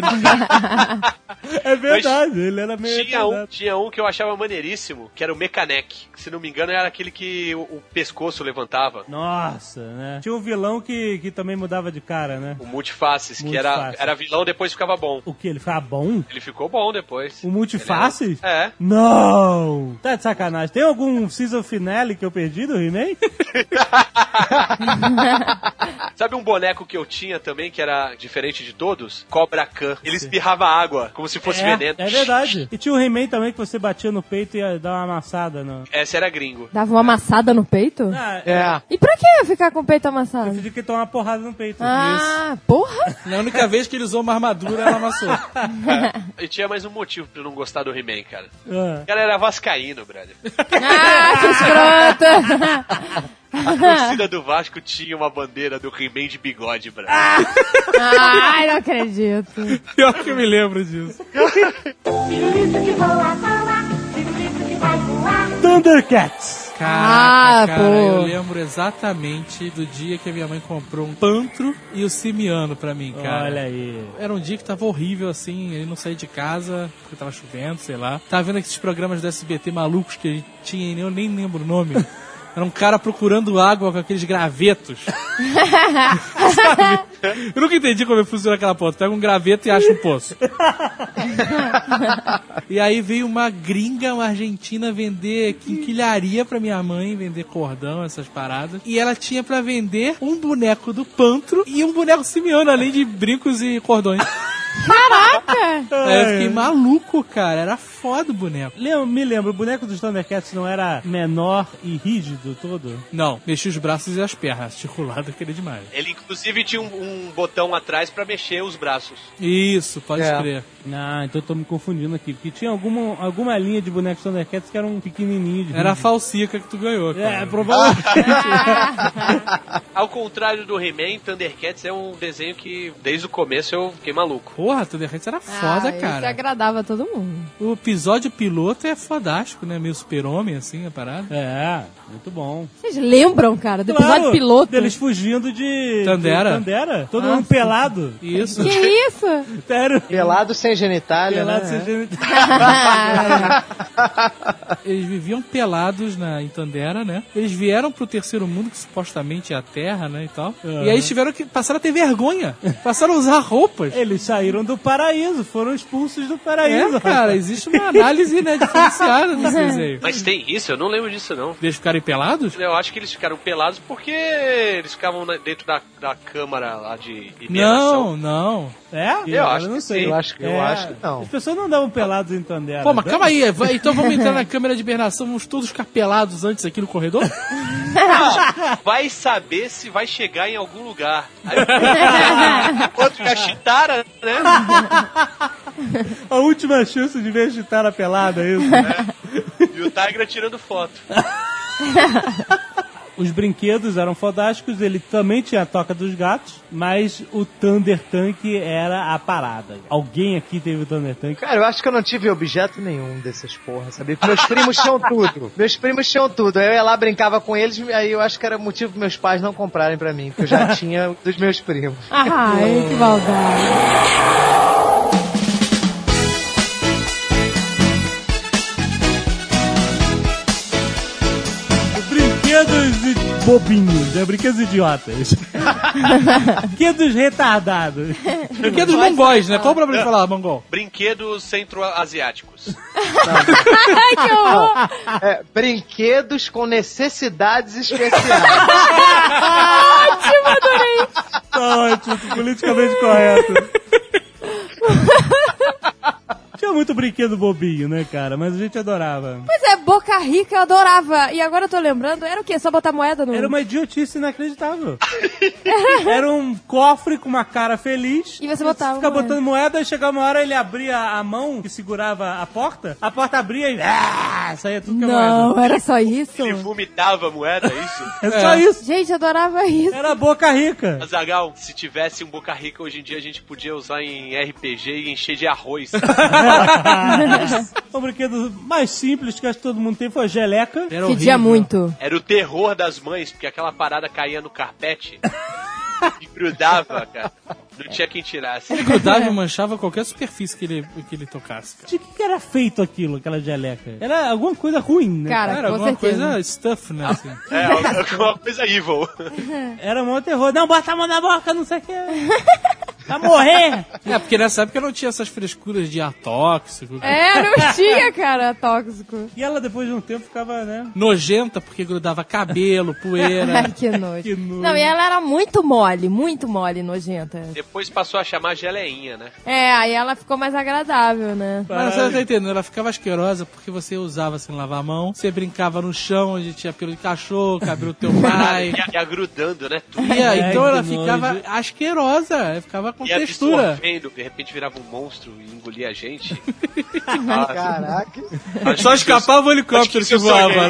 B: É verdade, ele era meio.
D: Tinha um,
B: retardado.
D: tinha um que eu achava maneiríssimo, que era o Mecanec. Que, se não me engano, era aquele que o, o pescoço levantava.
B: Nossa, né? Tinha um vilão que, que também mudava de cara, né?
D: O Multifaces, que era,
B: Multifaces.
D: era vilão depois ficava bom.
B: O que? Ele ficava bom?
D: Ele ficou bom depois.
B: O multifaces?
D: Ele era- É.
B: Não! Tá de sacanagem. Tem algum season finale que eu perdi do He-Man?
D: Sabe um boneco que eu tinha também, que era diferente de todos? Cobra Khan. Ele espirrava água, como se fosse
B: é,
D: veneno.
B: é verdade. E tinha o He-Man também que você batia no peito e ia dar uma amassada. No...
D: Essa era gringo.
C: Dava uma amassada no peito?
B: Ah,
E: É.
C: E pra que ficar com o peito
B: eu
C: amassado?
B: pedi que tomar uma porrada no peito.
C: Ah, porra!
F: Na única vez que ele usou uma armadura, ela amassou.
D: E tinha mais um motivo pra eu não gostar do He-Man, cara.
B: Isso. Ah.
D: O cara era vascaíno, brother.
C: Ah, que escrota!
D: A torcida do Vasco tinha uma bandeira do He-Man de bigode, brother.
C: Ai, não acredito.
F: Pior que eu me lembro disso.
H: Pirulito que voa, voa, pirulito que vai voar.
B: Thundercats!
F: Caraca,
C: Ah,
F: cara,
C: pô.
F: eu lembro exatamente do dia que a minha mãe comprou um pantro e o simiano pra mim, cara.
B: Olha aí.
F: Era um dia que tava horrível, assim, ele não saía de casa, porque tava chovendo, sei lá. Tava vendo esses programas do SBT malucos que ele tinha, e eu nem lembro o nome. Era um cara procurando água com aqueles gravetos. Sabe? Eu nunca entendi como funciona aquela porra. Tu Pega um graveto e acha um poço. E aí veio uma gringa, uma argentina, vender quinquilharia pra minha mãe, vender cordão, essas paradas. E ela tinha pra vender um boneco do Pantro e um boneco simiano, além de brincos e cordões.
C: Caraca!
F: Aí eu fiquei maluco, cara. Era foda o boneco.
B: É, Lem- me lembro, o boneco dos Thundercats não era menor e rígido todo?
F: Não, mexi os braços e as pernas. Articulado, eu queria demais.
D: Ele, inclusive, tinha um, um botão atrás pra mexer os braços.
F: Isso, pode
E: É.
F: crer.
B: Ah, então eu tô me confundindo aqui. Porque tinha alguma, alguma linha de bonecos Thundercats que era um pequenininho. De
F: Era a
B: rígido.
F: falsica que tu ganhou, cara.
B: É, provavelmente.
D: Ao contrário do He-Man, Thundercats é um desenho que, desde o começo, eu fiquei maluco.
F: Ah, Porra, Thundercats era foda,
C: Ah, Isso
F: cara.
C: agradava todo mundo.
F: O episódio piloto é fodástico, né? Meio super-homem, assim, a parada.
B: É, muito bom.
C: Vocês lembram, cara, do
B: Claro,
C: episódio piloto?
B: Deles fugindo de.
F: Tandera.
B: de Tandera. Ah, Todo mundo pelado.
F: Isso.
C: Que isso?
B: Sério.
E: Pelado sem genitália,
B: Pelado,
E: né?
B: seja. Ah,
F: Eles viviam pelados na, em Tandera, né? Eles vieram pro terceiro mundo, que supostamente é a Terra, né? E tal.
B: Aham.
F: E aí eles tiveram que. Passaram a ter vergonha. Passaram a usar roupas.
B: Eles saíram do paraíso, foram expulsos do paraíso.
F: É, cara, existe uma uma análise, né, diferenciada desse desenho.
D: Mas tem isso? Eu não lembro disso, não.
F: Eles ficarem pelados?
D: Eu acho que eles ficaram pelados porque eles ficavam na- dentro da, da câmara lá de hibernação.
F: Não, não.
B: É?
D: Eu acho
B: não
D: que
B: sei.
D: sim.
E: Eu acho que, eu
B: É.
E: acho que não.
B: As pessoas não davam pelados em Tandera. né?
F: Pô, mas calma aí, vai- então vamos entrar na câmera de hibernação, vamos todos ficar pelados antes aqui no corredor?
D: Vai saber se vai chegar em algum lugar. Aí o outro que a Chitara, né?
B: A última chance de ver a pelada, é isso?
D: E o Tigra tirando foto.
B: Os brinquedos eram fodásticos, ele também tinha a toca dos gatos, mas o Thunder Tank era a parada. Alguém aqui teve o Thunder Tank?
E: Cara, eu acho que eu não tive objeto nenhum dessas porras, sabe? Porque Meus primos tinham tudo. Meus primos tinham tudo. Aí eu ia lá, brincava com eles, aí eu acho que era motivo pros meus pais não comprarem pra mim, porque eu já tinha dos meus primos.
B: é.
C: Ai, que Ah, maldade.
B: Brinquedos i- bobinhos, né? brinquedos idiotas. brinquedos retardados.
F: Porque é dos mongóis, né? Qual o problema de falar mongol?
D: Brinquedos centro-asiáticos.
C: Ai, que horror.
E: É, brinquedos com necessidades especiais.
B: Tá ótimo, politicamente correto. Tinha muito brinquedo bobinho, né, cara? Mas a gente adorava.
C: Pois é, Boca Rica eu adorava. E agora eu tô lembrando, era o quê? Só botar moeda no...
B: Era uma idiotice inacreditável. Era um cofre com uma cara feliz.
C: E você botava
B: Ficar
C: moeda.
B: botando moeda, e chegava uma hora ele abria a mão que segurava a porta, a porta abria e ah, saía tudo que é moeda.
C: Não, era só isso?
D: Ele vomitava moeda, é isso?
B: É só isso.
C: Gente, eu adorava isso.
B: Era boca rica.
D: Azagal, se tivesse um Boca Rica hoje em dia, a gente podia usar em RPG e encher de arroz.
B: O Um brinquedo mais simples que acho que todo mundo tem foi a geleca.
F: Era
C: Que
F: horrível.
C: dia muito.
D: Era o terror das mães, porque aquela parada caía no carpete e grudava, cara. Não tinha quem tirasse.
F: Ele grudava e manchava qualquer superfície que ele, que ele tocasse, cara.
B: De que que era feito aquilo, aquela geleca? Era alguma coisa ruim, né?
C: Cara,
F: Era
C: Ah, com
F: alguma
C: certeza.
F: coisa stuff, né? assim.
D: É, alguma coisa evil.
B: Era um terror. Não, bota a mão na boca, não sei o que. Vai morrer!
F: É, porque nessa época não tinha essas frescuras de ar tóxico.
C: É, não tinha, cara, tóxico.
B: E ela, depois de um tempo, ficava, né?
F: Nojenta porque grudava cabelo, poeira.
C: Ai, que nojo.
B: Que nojo.
C: Não, e ela era muito mole, muito mole, nojenta.
D: Depois passou a chamar geleinha, né?
C: É, aí ela ficou mais agradável, né?
F: Mas você tá entendendo, ela ficava asquerosa porque você usava sem lavar a mão, você brincava no chão onde tinha pelo de cachorro, cabelo do teu pai.
D: Ia, ia grudando, né? Tudo.
F: E aí,
B: Ai,
F: então
B: que
F: ela
B: nojo.
F: ficava asquerosa, ela ficava com
D: Ia
F: textura.
D: absorvendo, de repente virava um monstro e engolia a gente. Ah,
E: Caraca.
F: Só escapava o helicóptero que voava.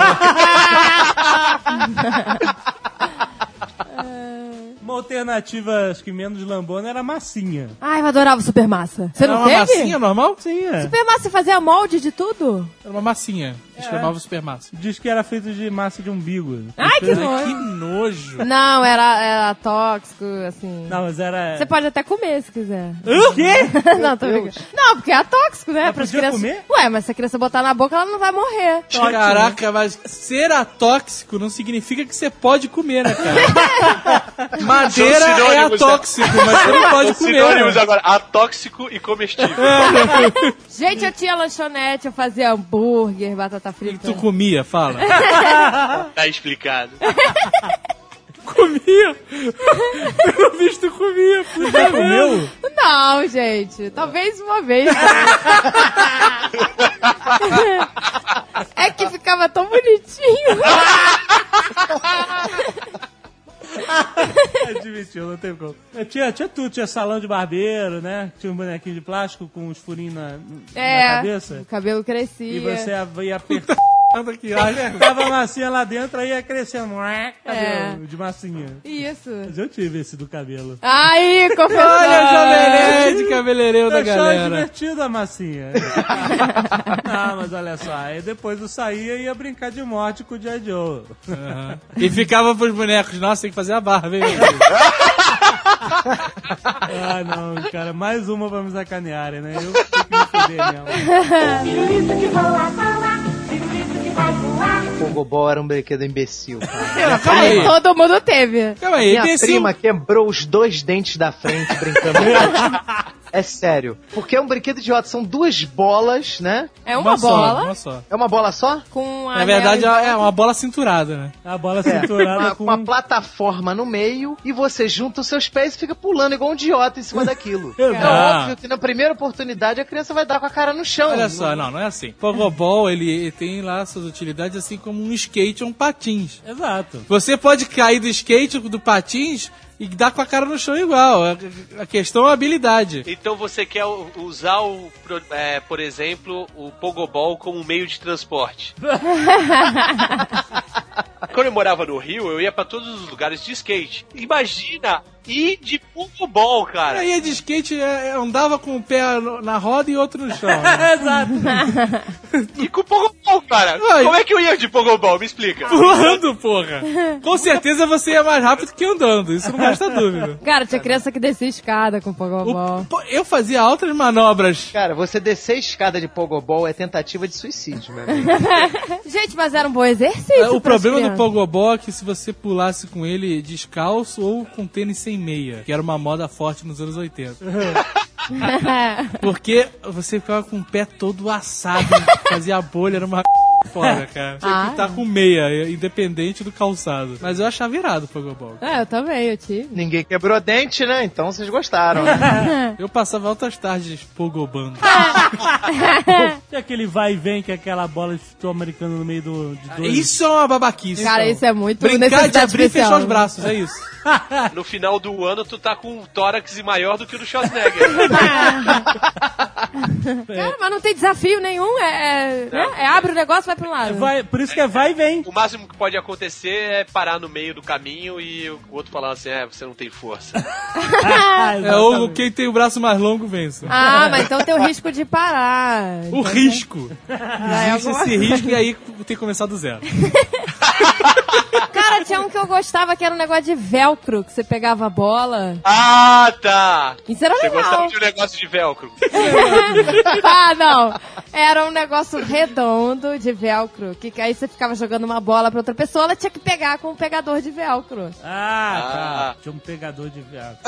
B: Uma alternativa, acho que menos lambona, era a massinha.
C: Ai, eu adorava super massa. Você
F: Era
C: não
F: uma
C: teve?
F: massinha normal?
B: Sim, é.
C: Super massa fazia molde de tudo?
F: Era uma massinha. A gente chamava super massa.
B: Diz que era feito de massa de umbigo.
F: Ah!
C: Ai, que
F: Que
C: nojo.
F: nojo.
C: Não, era, era tóxico, assim.
B: Não, mas era...
C: Você pode até comer se quiser.
B: O quê?
C: não, tô brincando. Não, porque é tóxico, né?
B: Mas
C: Pras
B: podia
C: crianças.
B: comer?
C: Ué, mas se a criança botar na boca, ela não vai morrer.
B: Tá
F: Caraca, mas ser atóxico não significa que você pode comer, né, cara? Madeira
D: São
F: é
D: sinônimos,
F: atóxico, mas você não pode
B: é
F: comer.
D: Sinônimos
F: né?
D: agora, atóxico e comestível.
C: Gente,
B: Hum.
C: eu tinha lanchonete, eu fazia hambúrguer, batata frita.
F: Tu comia, fala.
D: Tá explicado.
F: comia? Pelo visto, comia. pô.
B: Já comeu?
C: Não, gente. Talvez uma vez. é que ficava tão bonitinho.
B: Admitiu, não tem como. Eu Tinha, tinha tudo, tinha salão de barbeiro, né? Tinha um bonequinho de plástico com uns furinhos na, na
C: É. O
B: cabeça.
C: cabelo
B: E
C: crescia.
B: você ia apertar.
F: Nada que haja.
B: Tava a massinha lá dentro, aí ia crescendo. Cabelo
C: É.
B: de massinha.
C: Isso.
B: Mas eu tive esse do cabelo.
C: Aí, confessou.
F: Olha o Jovem Nerd, cabeleireiro da
B: Eu achava
F: galera.
B: divertido a massinha. ah, mas olha só. Aí depois eu saía e ia brincar de morte com o G.I. Joe.
F: Aham. E ficava pros bonecos. Nossa, tem que fazer a barba, hein?
B: Ah, não, cara. Mais uma pra me sacanearem, né? Eu tenho que me fuder mesmo.
H: Pirulito que voa, voa, pirulito que vai voar.
E: O Gobol era um brinquedo imbecil. cara.
F: Calma aí.
C: Aí todo mundo teve.
F: Calma aí.
E: Minha
F: Imbecil.
E: prima quebrou os dois dentes da frente brincando. É sério. Porque é um brinquedo idiota. São duas bolas, né?
C: É uma,
F: só,
C: bola
F: uma só.
E: É uma bola só?
C: com
F: Na
C: anel
F: verdade,
C: em volta.
F: é uma bola cinturada, né?
B: A bola
E: É,
B: cinturada
E: uma,
B: com... um-
E: uma plataforma no meio e você junta os seus pés e fica pulando igual um idiota em cima daquilo. É
F: Ah.
E: óbvio que na primeira oportunidade a criança vai dar com a cara no chão.
F: Olha só, não, não é assim. Pogobol, ele, ele tem lá suas utilidades assim como um skate ou um patins.
B: Exato.
F: Você pode cair do skate ou do patins e dar com a cara no chão igual. A- A questão é a habilidade.
D: Então você quer u- usar, o, pro- é, por exemplo, o Pogobol como um meio de transporte. Quando eu morava no Rio, eu ia pra todos os lugares de skate. Imagina ir de Pogobol, cara.
F: Aí de skate é, é, andava com o pé no- na roda e outro no chão. né?
B: Exato.
D: E com o Pogobol, cara.
F: Ai.
D: Como é que eu ia de Pogobol? Me explica.
F: Pulando, porra! Com certeza você ia mais rápido que andando, isso não resta dúvida.
C: Cara, tinha criança que descia escada com
F: O-
C: pogobol.
F: pô, eu fazia altas manobras.
E: Cara, você descer a escada de pogobol é tentativa de suicídio, meu amigo.
C: Gente, mas era um bom exercício.
F: É, O
C: pras
F: problema do
C: crianças.
F: pogobol é que se você pulasse com ele descalço ou com tênis sem meia, que era uma moda forte nos anos 80.
C: É.
F: Porque você ficava com o pé todo assado, fazia bolha, era uma fora, cara. Tinha
C: Ah.
F: que estar com meia, é, independente do calçado. Mas eu achava irado o pogobol.
C: É, eu também, eu tive.
E: Ninguém quebrou dente, né? Então vocês gostaram.
F: Eu passava altas tardes pogobando.
E: É.
B: E aquele vai e vem que é aquela bola de futebol americano no meio do, de dois.
F: Isso é uma babaquice.
C: Cara, isso é muito
F: Brincar de
C: necessidade
F: abrir e
C: especial,
F: fechar os
C: né?
F: braços, é isso.
D: No final do ano, tu tá com um tórax maior do que o do Schwarzenegger. né?
C: Cara, mas não tem desafio nenhum. É, é, né? É abre o negócio vai pro lado.
B: Vai, por isso que é vai e vem.
D: o máximo que pode acontecer é parar no meio do caminho e o outro falar assim, é, você não tem força.
E: Ah.
B: Ah,
F: É ou quem tem o braço mais longo vence.
C: Ah, mas então tem o risco de parar.
F: O risco.
C: Vai
F: Existe
C: alguma-
F: esse risco e aí tem que começar do zero.
C: Cara, tinha um que eu gostava que era um negócio de velcro, que você pegava a bola.
D: Ah, tá.
C: Isso era
D: Você gostava
C: legal.
D: de um negócio de velcro.
C: ah, não. Era um negócio redondo de velcro, que, que aí você ficava jogando uma bola pra outra pessoa, ela tinha que pegar com um pegador de velcro.
B: Ah,
D: Ah.
B: tá. Tinha um pegador de viado.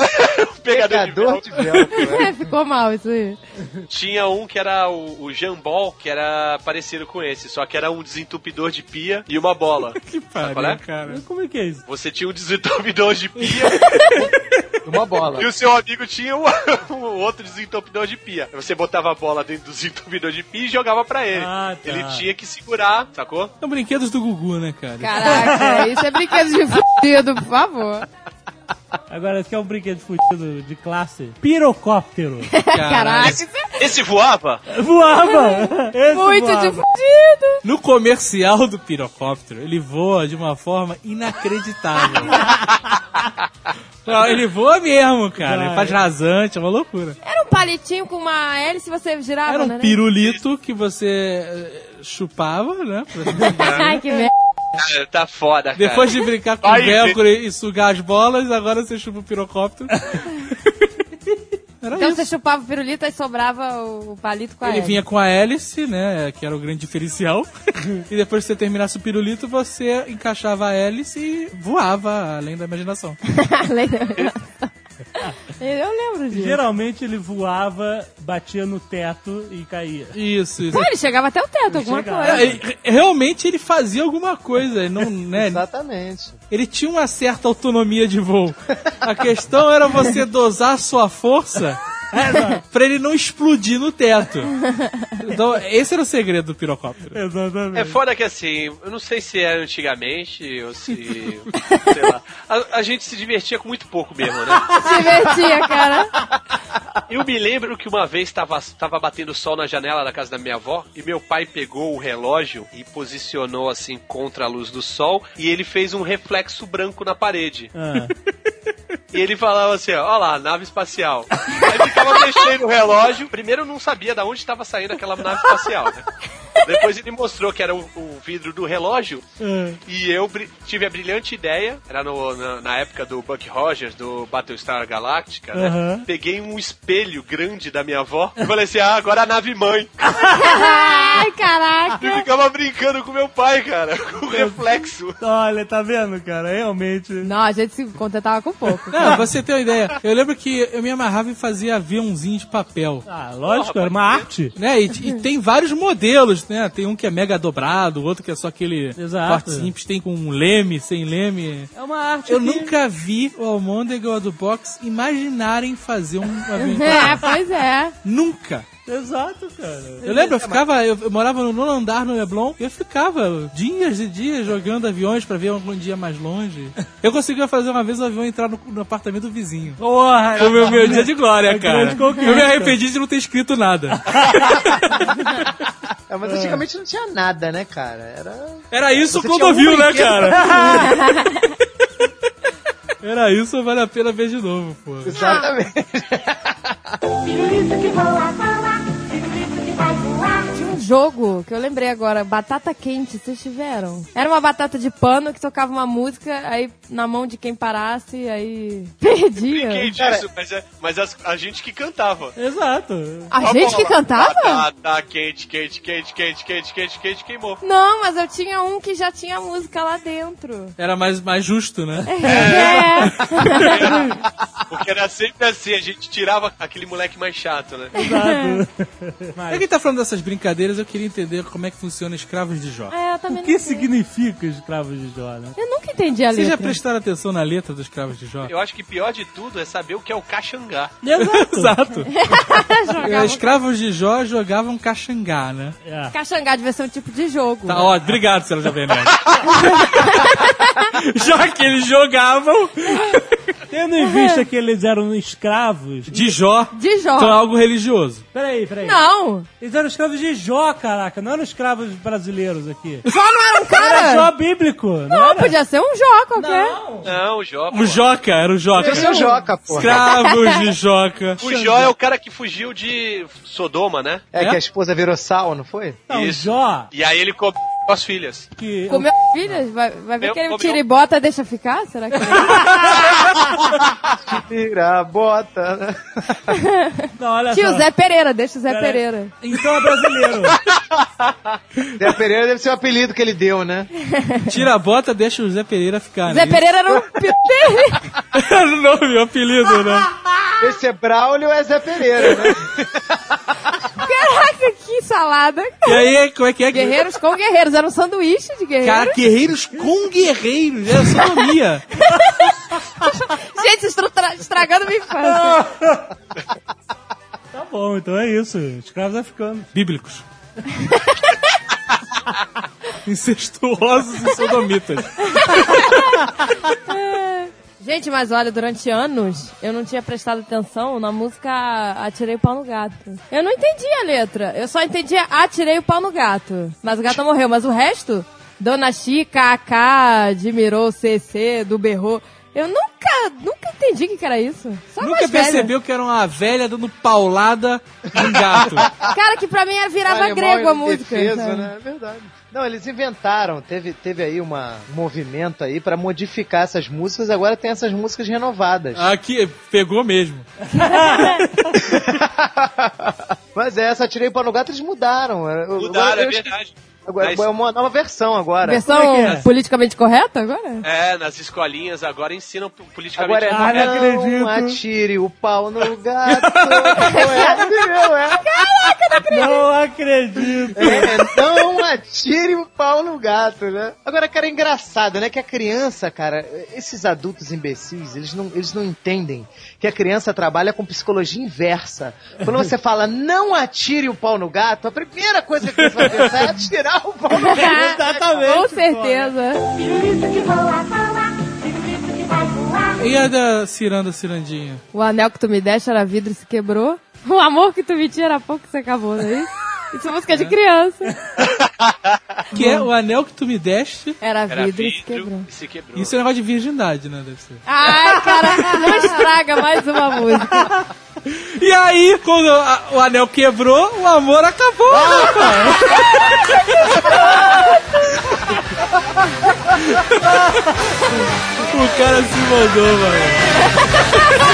D: Pegador, de velcro.
E: Pegador de
F: É.
E: velcro. né?
C: É, Ficou mal isso aí.
D: Tinha um que era o, o Jambol, que era parecido com esse, só que era um desentupidor de pia e uma bola.
F: Que
D: qual é?
F: pariu, cara.
B: Como é que é isso?
D: Você tinha um desentupidor de pia
E: Uma bola.
D: e o seu amigo tinha um, um outro desentupidor de pia. Você botava a bola dentro do desentupidor de pia e jogava pra ele.
B: Ah, tá.
D: Ele tinha que segurar, sacou?
F: São brinquedos do Gugu, né, cara?
C: Caraca, isso é brinquedo de fudido, por favor.
B: Agora, esse aqui é um brinquedo fudido de classe. Pirocóptero.
C: Caraca, isso é
D: Esse voava?
B: voava!
F: é
B: Esse
C: muito
B: voava.
C: de fudido.
F: No comercial do pirocóptero, ele voa de uma forma inacreditável. Não, ele voa mesmo, cara. Ele faz rasante, é uma loucura.
C: Era um palitinho com uma hélice e você girava,
F: Era
C: né?
F: um pirulito que você eh, chupava, né?
C: Ai, que merda.
D: Cara, tá foda, cara.
F: Depois de brincar com
D: Vai
F: o velcro e e sugar as bolas, agora você chupa o pirocóptero. Era
C: Então
F: isso.
C: você chupava o pirulito e sobrava o palito com a
F: Ele
C: hélice.
F: vinha com a hélice, né? Que era o grande diferencial. e depois que você terminasse o pirulito, você encaixava a hélice e voava além da imaginação.
C: Eu lembro disso.
B: Geralmente ele voava, batia no teto e caía.
F: Isso, isso.
C: Pô, Ah, ele chegava até o teto, alguma
B: chegava.
C: coisa.
F: Ele- re- É, Realmente ele fazia alguma coisa, ele não, né? Ele-
E: Exatamente.
F: Ele tinha uma certa autonomia de voo. A questão era você dosar sua força
B: É,
F: pra ele não explodir no teto. Então, esse era o segredo do pirocóptero.
B: Exatamente.
D: É foda que assim, eu não sei se era antigamente ou se. sei lá. A, a gente se divertia com muito pouco mesmo, né?
C: Se divertia, cara.
D: Eu me lembro que uma vez tava, tava batendo sol na janela da casa da minha avó e meu pai pegou o relógio e posicionou assim contra a luz do sol e ele fez um reflexo branco na parede.
B: Ah.
D: E ele falava assim: ó, ó lá, nave espacial. Aí ficava mexendo o relógio. Primeiro eu não sabia de onde estava saindo aquela nave espacial, né? Depois ele mostrou que era o, o vidro do relógio. E eu bri- tive a brilhante ideia, era no- na, na época do Buck Rogers, do Battlestar Galactica, né?
B: Aham.
D: Peguei um espelho grande da minha avó e falei assim: ah, agora a nave mãe.
C: Ai, caraca.
D: E ficava brincando com meu pai, cara, com o reflexo.
B: Olha, tá vendo, cara? Realmente.
C: Não, a gente se contentava com pouco.
F: Não, pra você ter uma ideia, eu lembro que eu me amarrava e fazia aviãozinho de papel.
B: Ah, lógico, era uma arte.
F: Né? E, e tem vários modelos, né? Tem um que é mega dobrado, outro que é só aquele
B: Exato.
F: corte simples, tem com um leme, sem leme.
B: É uma arte.
F: Eu nunca vi o Almôndega ou a do Box imaginarem fazer um avião.
C: É, pois é.
F: nunca.
B: Exato, cara.
F: Eu lembro, eu ficava, eu, eu morava no nono andar no Leblon, e eu ficava dias e dias jogando aviões pra ver algum dia mais longe. Eu conseguia fazer uma vez o avião entrar no, no apartamento do vizinho.
B: Porra,
F: Foi meu, meu dia de glória, cara.
B: grande conquista.
F: Eu me arrependi de não ter escrito nada.
E: É, mas antigamente não tinha nada, né, cara? Era.
F: Era isso o
E: Você tinha um
F: Clodovil, né,
E: brinquedo
F: cara? Era isso, vale a pena ver de novo, pô.
E: Exatamente.
H: pirulito que voa, voa, pirulito que vai voar.
C: Tinha um jogo que eu lembrei agora, batata quente, vocês tiveram? Era uma batata de pano que tocava uma música, aí na mão de quem parasse, aí
D: Fiquei
C: perdia.
D: disso, mas, é- mas as- a gente que cantava.
B: Exato.
C: A
D: Uma
C: gente que
D: bola.
C: cantava?
D: Batata quente, quente, quente, quente, quente, quente, quente, queimou.
C: Não, mas eu tinha um que já tinha música lá dentro.
F: Era mais, mais justo, né?
C: É.
D: Porque era sempre assim, a gente tirava aquele moleque mais chato, né?
F: Já que tá falando dessas brincadeiras, eu queria entender como é que funciona escravos de Jó.
C: É, eu também
B: O
C: não
B: que
C: sei.
B: significa escravos de Jó, né?
C: Eu nunca entendi a
F: Vocês já
C: letra.
F: prestaram atenção na letra dos escravos de Jó?
D: Eu acho que pior de tudo é saber o que é o caxangá.
B: Exato.
F: Exato. É, Escravos de Jó jogavam caxangá, né?
B: É.
C: Caxangá devia ser um tipo de jogo.
F: Tá, ó, obrigado, senhora Jovem Nerd. Já que eles jogavam
B: Tendo em vista que eles eram escravos.
F: de Jó,
C: De
F: então é
C: jogo.
F: algo religioso.
B: Peraí, peraí.
C: Não.
B: Eles eram escravos de Jó, caraca. Não eram escravos brasileiros aqui.
C: Jó não era
B: Era
C: um cara.
B: Jó bíblico. Não,
C: Não,
B: era?
C: podia ser um Jó qualquer.
B: Não.
D: Não, o Jó. pô.
F: O Joca era o Joca.
E: Eu sou Joca, porra.
F: Escravos de Joca.
D: O Jó é o cara que fugiu de Sodoma, né?
E: É que a esposa virou sal, não foi?
B: Não,
D: Isso.
B: Jó,
D: E aí ele comeu as filhas.
B: que...
C: Comeu filhas? Vai, vai ver
D: Eu
C: que ele
D: comi
C: tira e bota deixa ficar? Será que é?
E: Tira a bota. né?
B: Não, olha
C: Tio
B: só.
C: Zé Pereira, deixa o Zé
B: Peraí.
C: Pereira.
B: Então é brasileiro.
E: Zé Pereira deve ser o apelido que ele deu, né?
F: Tira a bota, deixa o Zé Pereira ficar.
C: Zé
F: né?
C: Pereira era um piteiro.
F: Era o nome, o apelido, né?
E: Esse é Braulio ou é Zé Pereira, né?
C: Caraca, que salada.
F: E aí, como é que é? que-
C: Guerreiros com guerreiros, era um sanduíche de
F: Cara,
C: guerreiros.
F: guerreiros com guerreiros. É Era sonomia.
C: Gente, estou tra- estragando minha infância.
B: tá bom, então é isso. Escravos africanos.
F: Bíblicos. Incestuosos e sodomitas.
C: Gente, mas olha, durante anos eu não tinha prestado atenção na música Atirei o Pau no Gato. Eu não entendi a letra, eu só entendia Atirei o Pau no Gato. Mas o gato morreu, mas o resto? Dona Chica, AK, admirou CC, do Berro. Eu nunca, nunca entendi o que, que era isso. Só
F: Nunca
C: mais velha.
F: percebeu que era uma velha dando paulada num gato.
C: Cara, que pra mim era- virava
E: Animal
C: grego a
E: indefeso,
C: música. sabe?
E: né? É verdade. Não, eles inventaram, teve, teve aí uma, um movimento aí pra modificar essas músicas, agora tem essas músicas renovadas.
F: Aqui, pegou mesmo.
E: Mas essa, tirei para no gato, eles mudaram. Eu-
D: Mudaram,
E: eu-
D: é verdade.
E: Agora
D: Mas-
E: é uma nova versão agora.
C: Versão
B: Como é que é?
C: politicamente correta agora?
D: É, nas escolinhas agora ensinam po- politicamente.
E: Agora é
B: Ah, não acredito.
E: não atire o pau no gato. não é assim, não é?
B: Não acredito.
E: É, não atire o pau no gato, né? Agora, cara, é engraçado, né? Que a criança, cara, esses adultos imbecis, eles não, eles não entendem que a criança trabalha com psicologia inversa. Quando você fala não atire o pau no gato, a primeira coisa que a criança vai pensar é atirar o pau no gato.
B: Exatamente.
C: Com certeza.
H: Pirulito que voa, voa, pirulito que vai voar.
F: E a da Ciranda Cirandinha?
C: O anel que tu me deste era vidro e se quebrou. O amor que tu me tinha era pouco e se acabou, não é isso? Isso é música de criança.
F: Que é o anel que tu me deste.
C: Era
D: Era
C: vidro e se quebrou.
D: vidro e se quebrou.
F: Isso é negócio de virgindade, né? Deve ser.
C: Ai, cara, não estraga mais uma música.
F: E aí, quando a- o anel quebrou, o amor acabou. né, cara?
B: O cara se mandou, mano.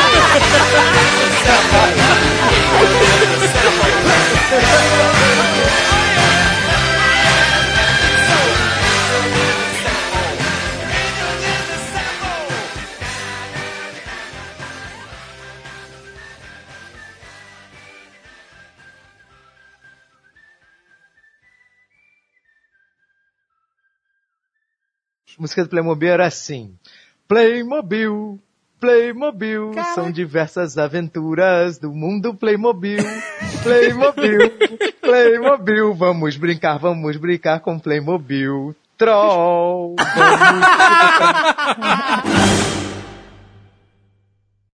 E: A música do Playmobil era assim. Playmobil, Playmobil, são diversas aventuras do mundo Playmobil. Playmobil, Playmobil, vamos brincar, vamos brincar com Playmobil. Troll, vamos...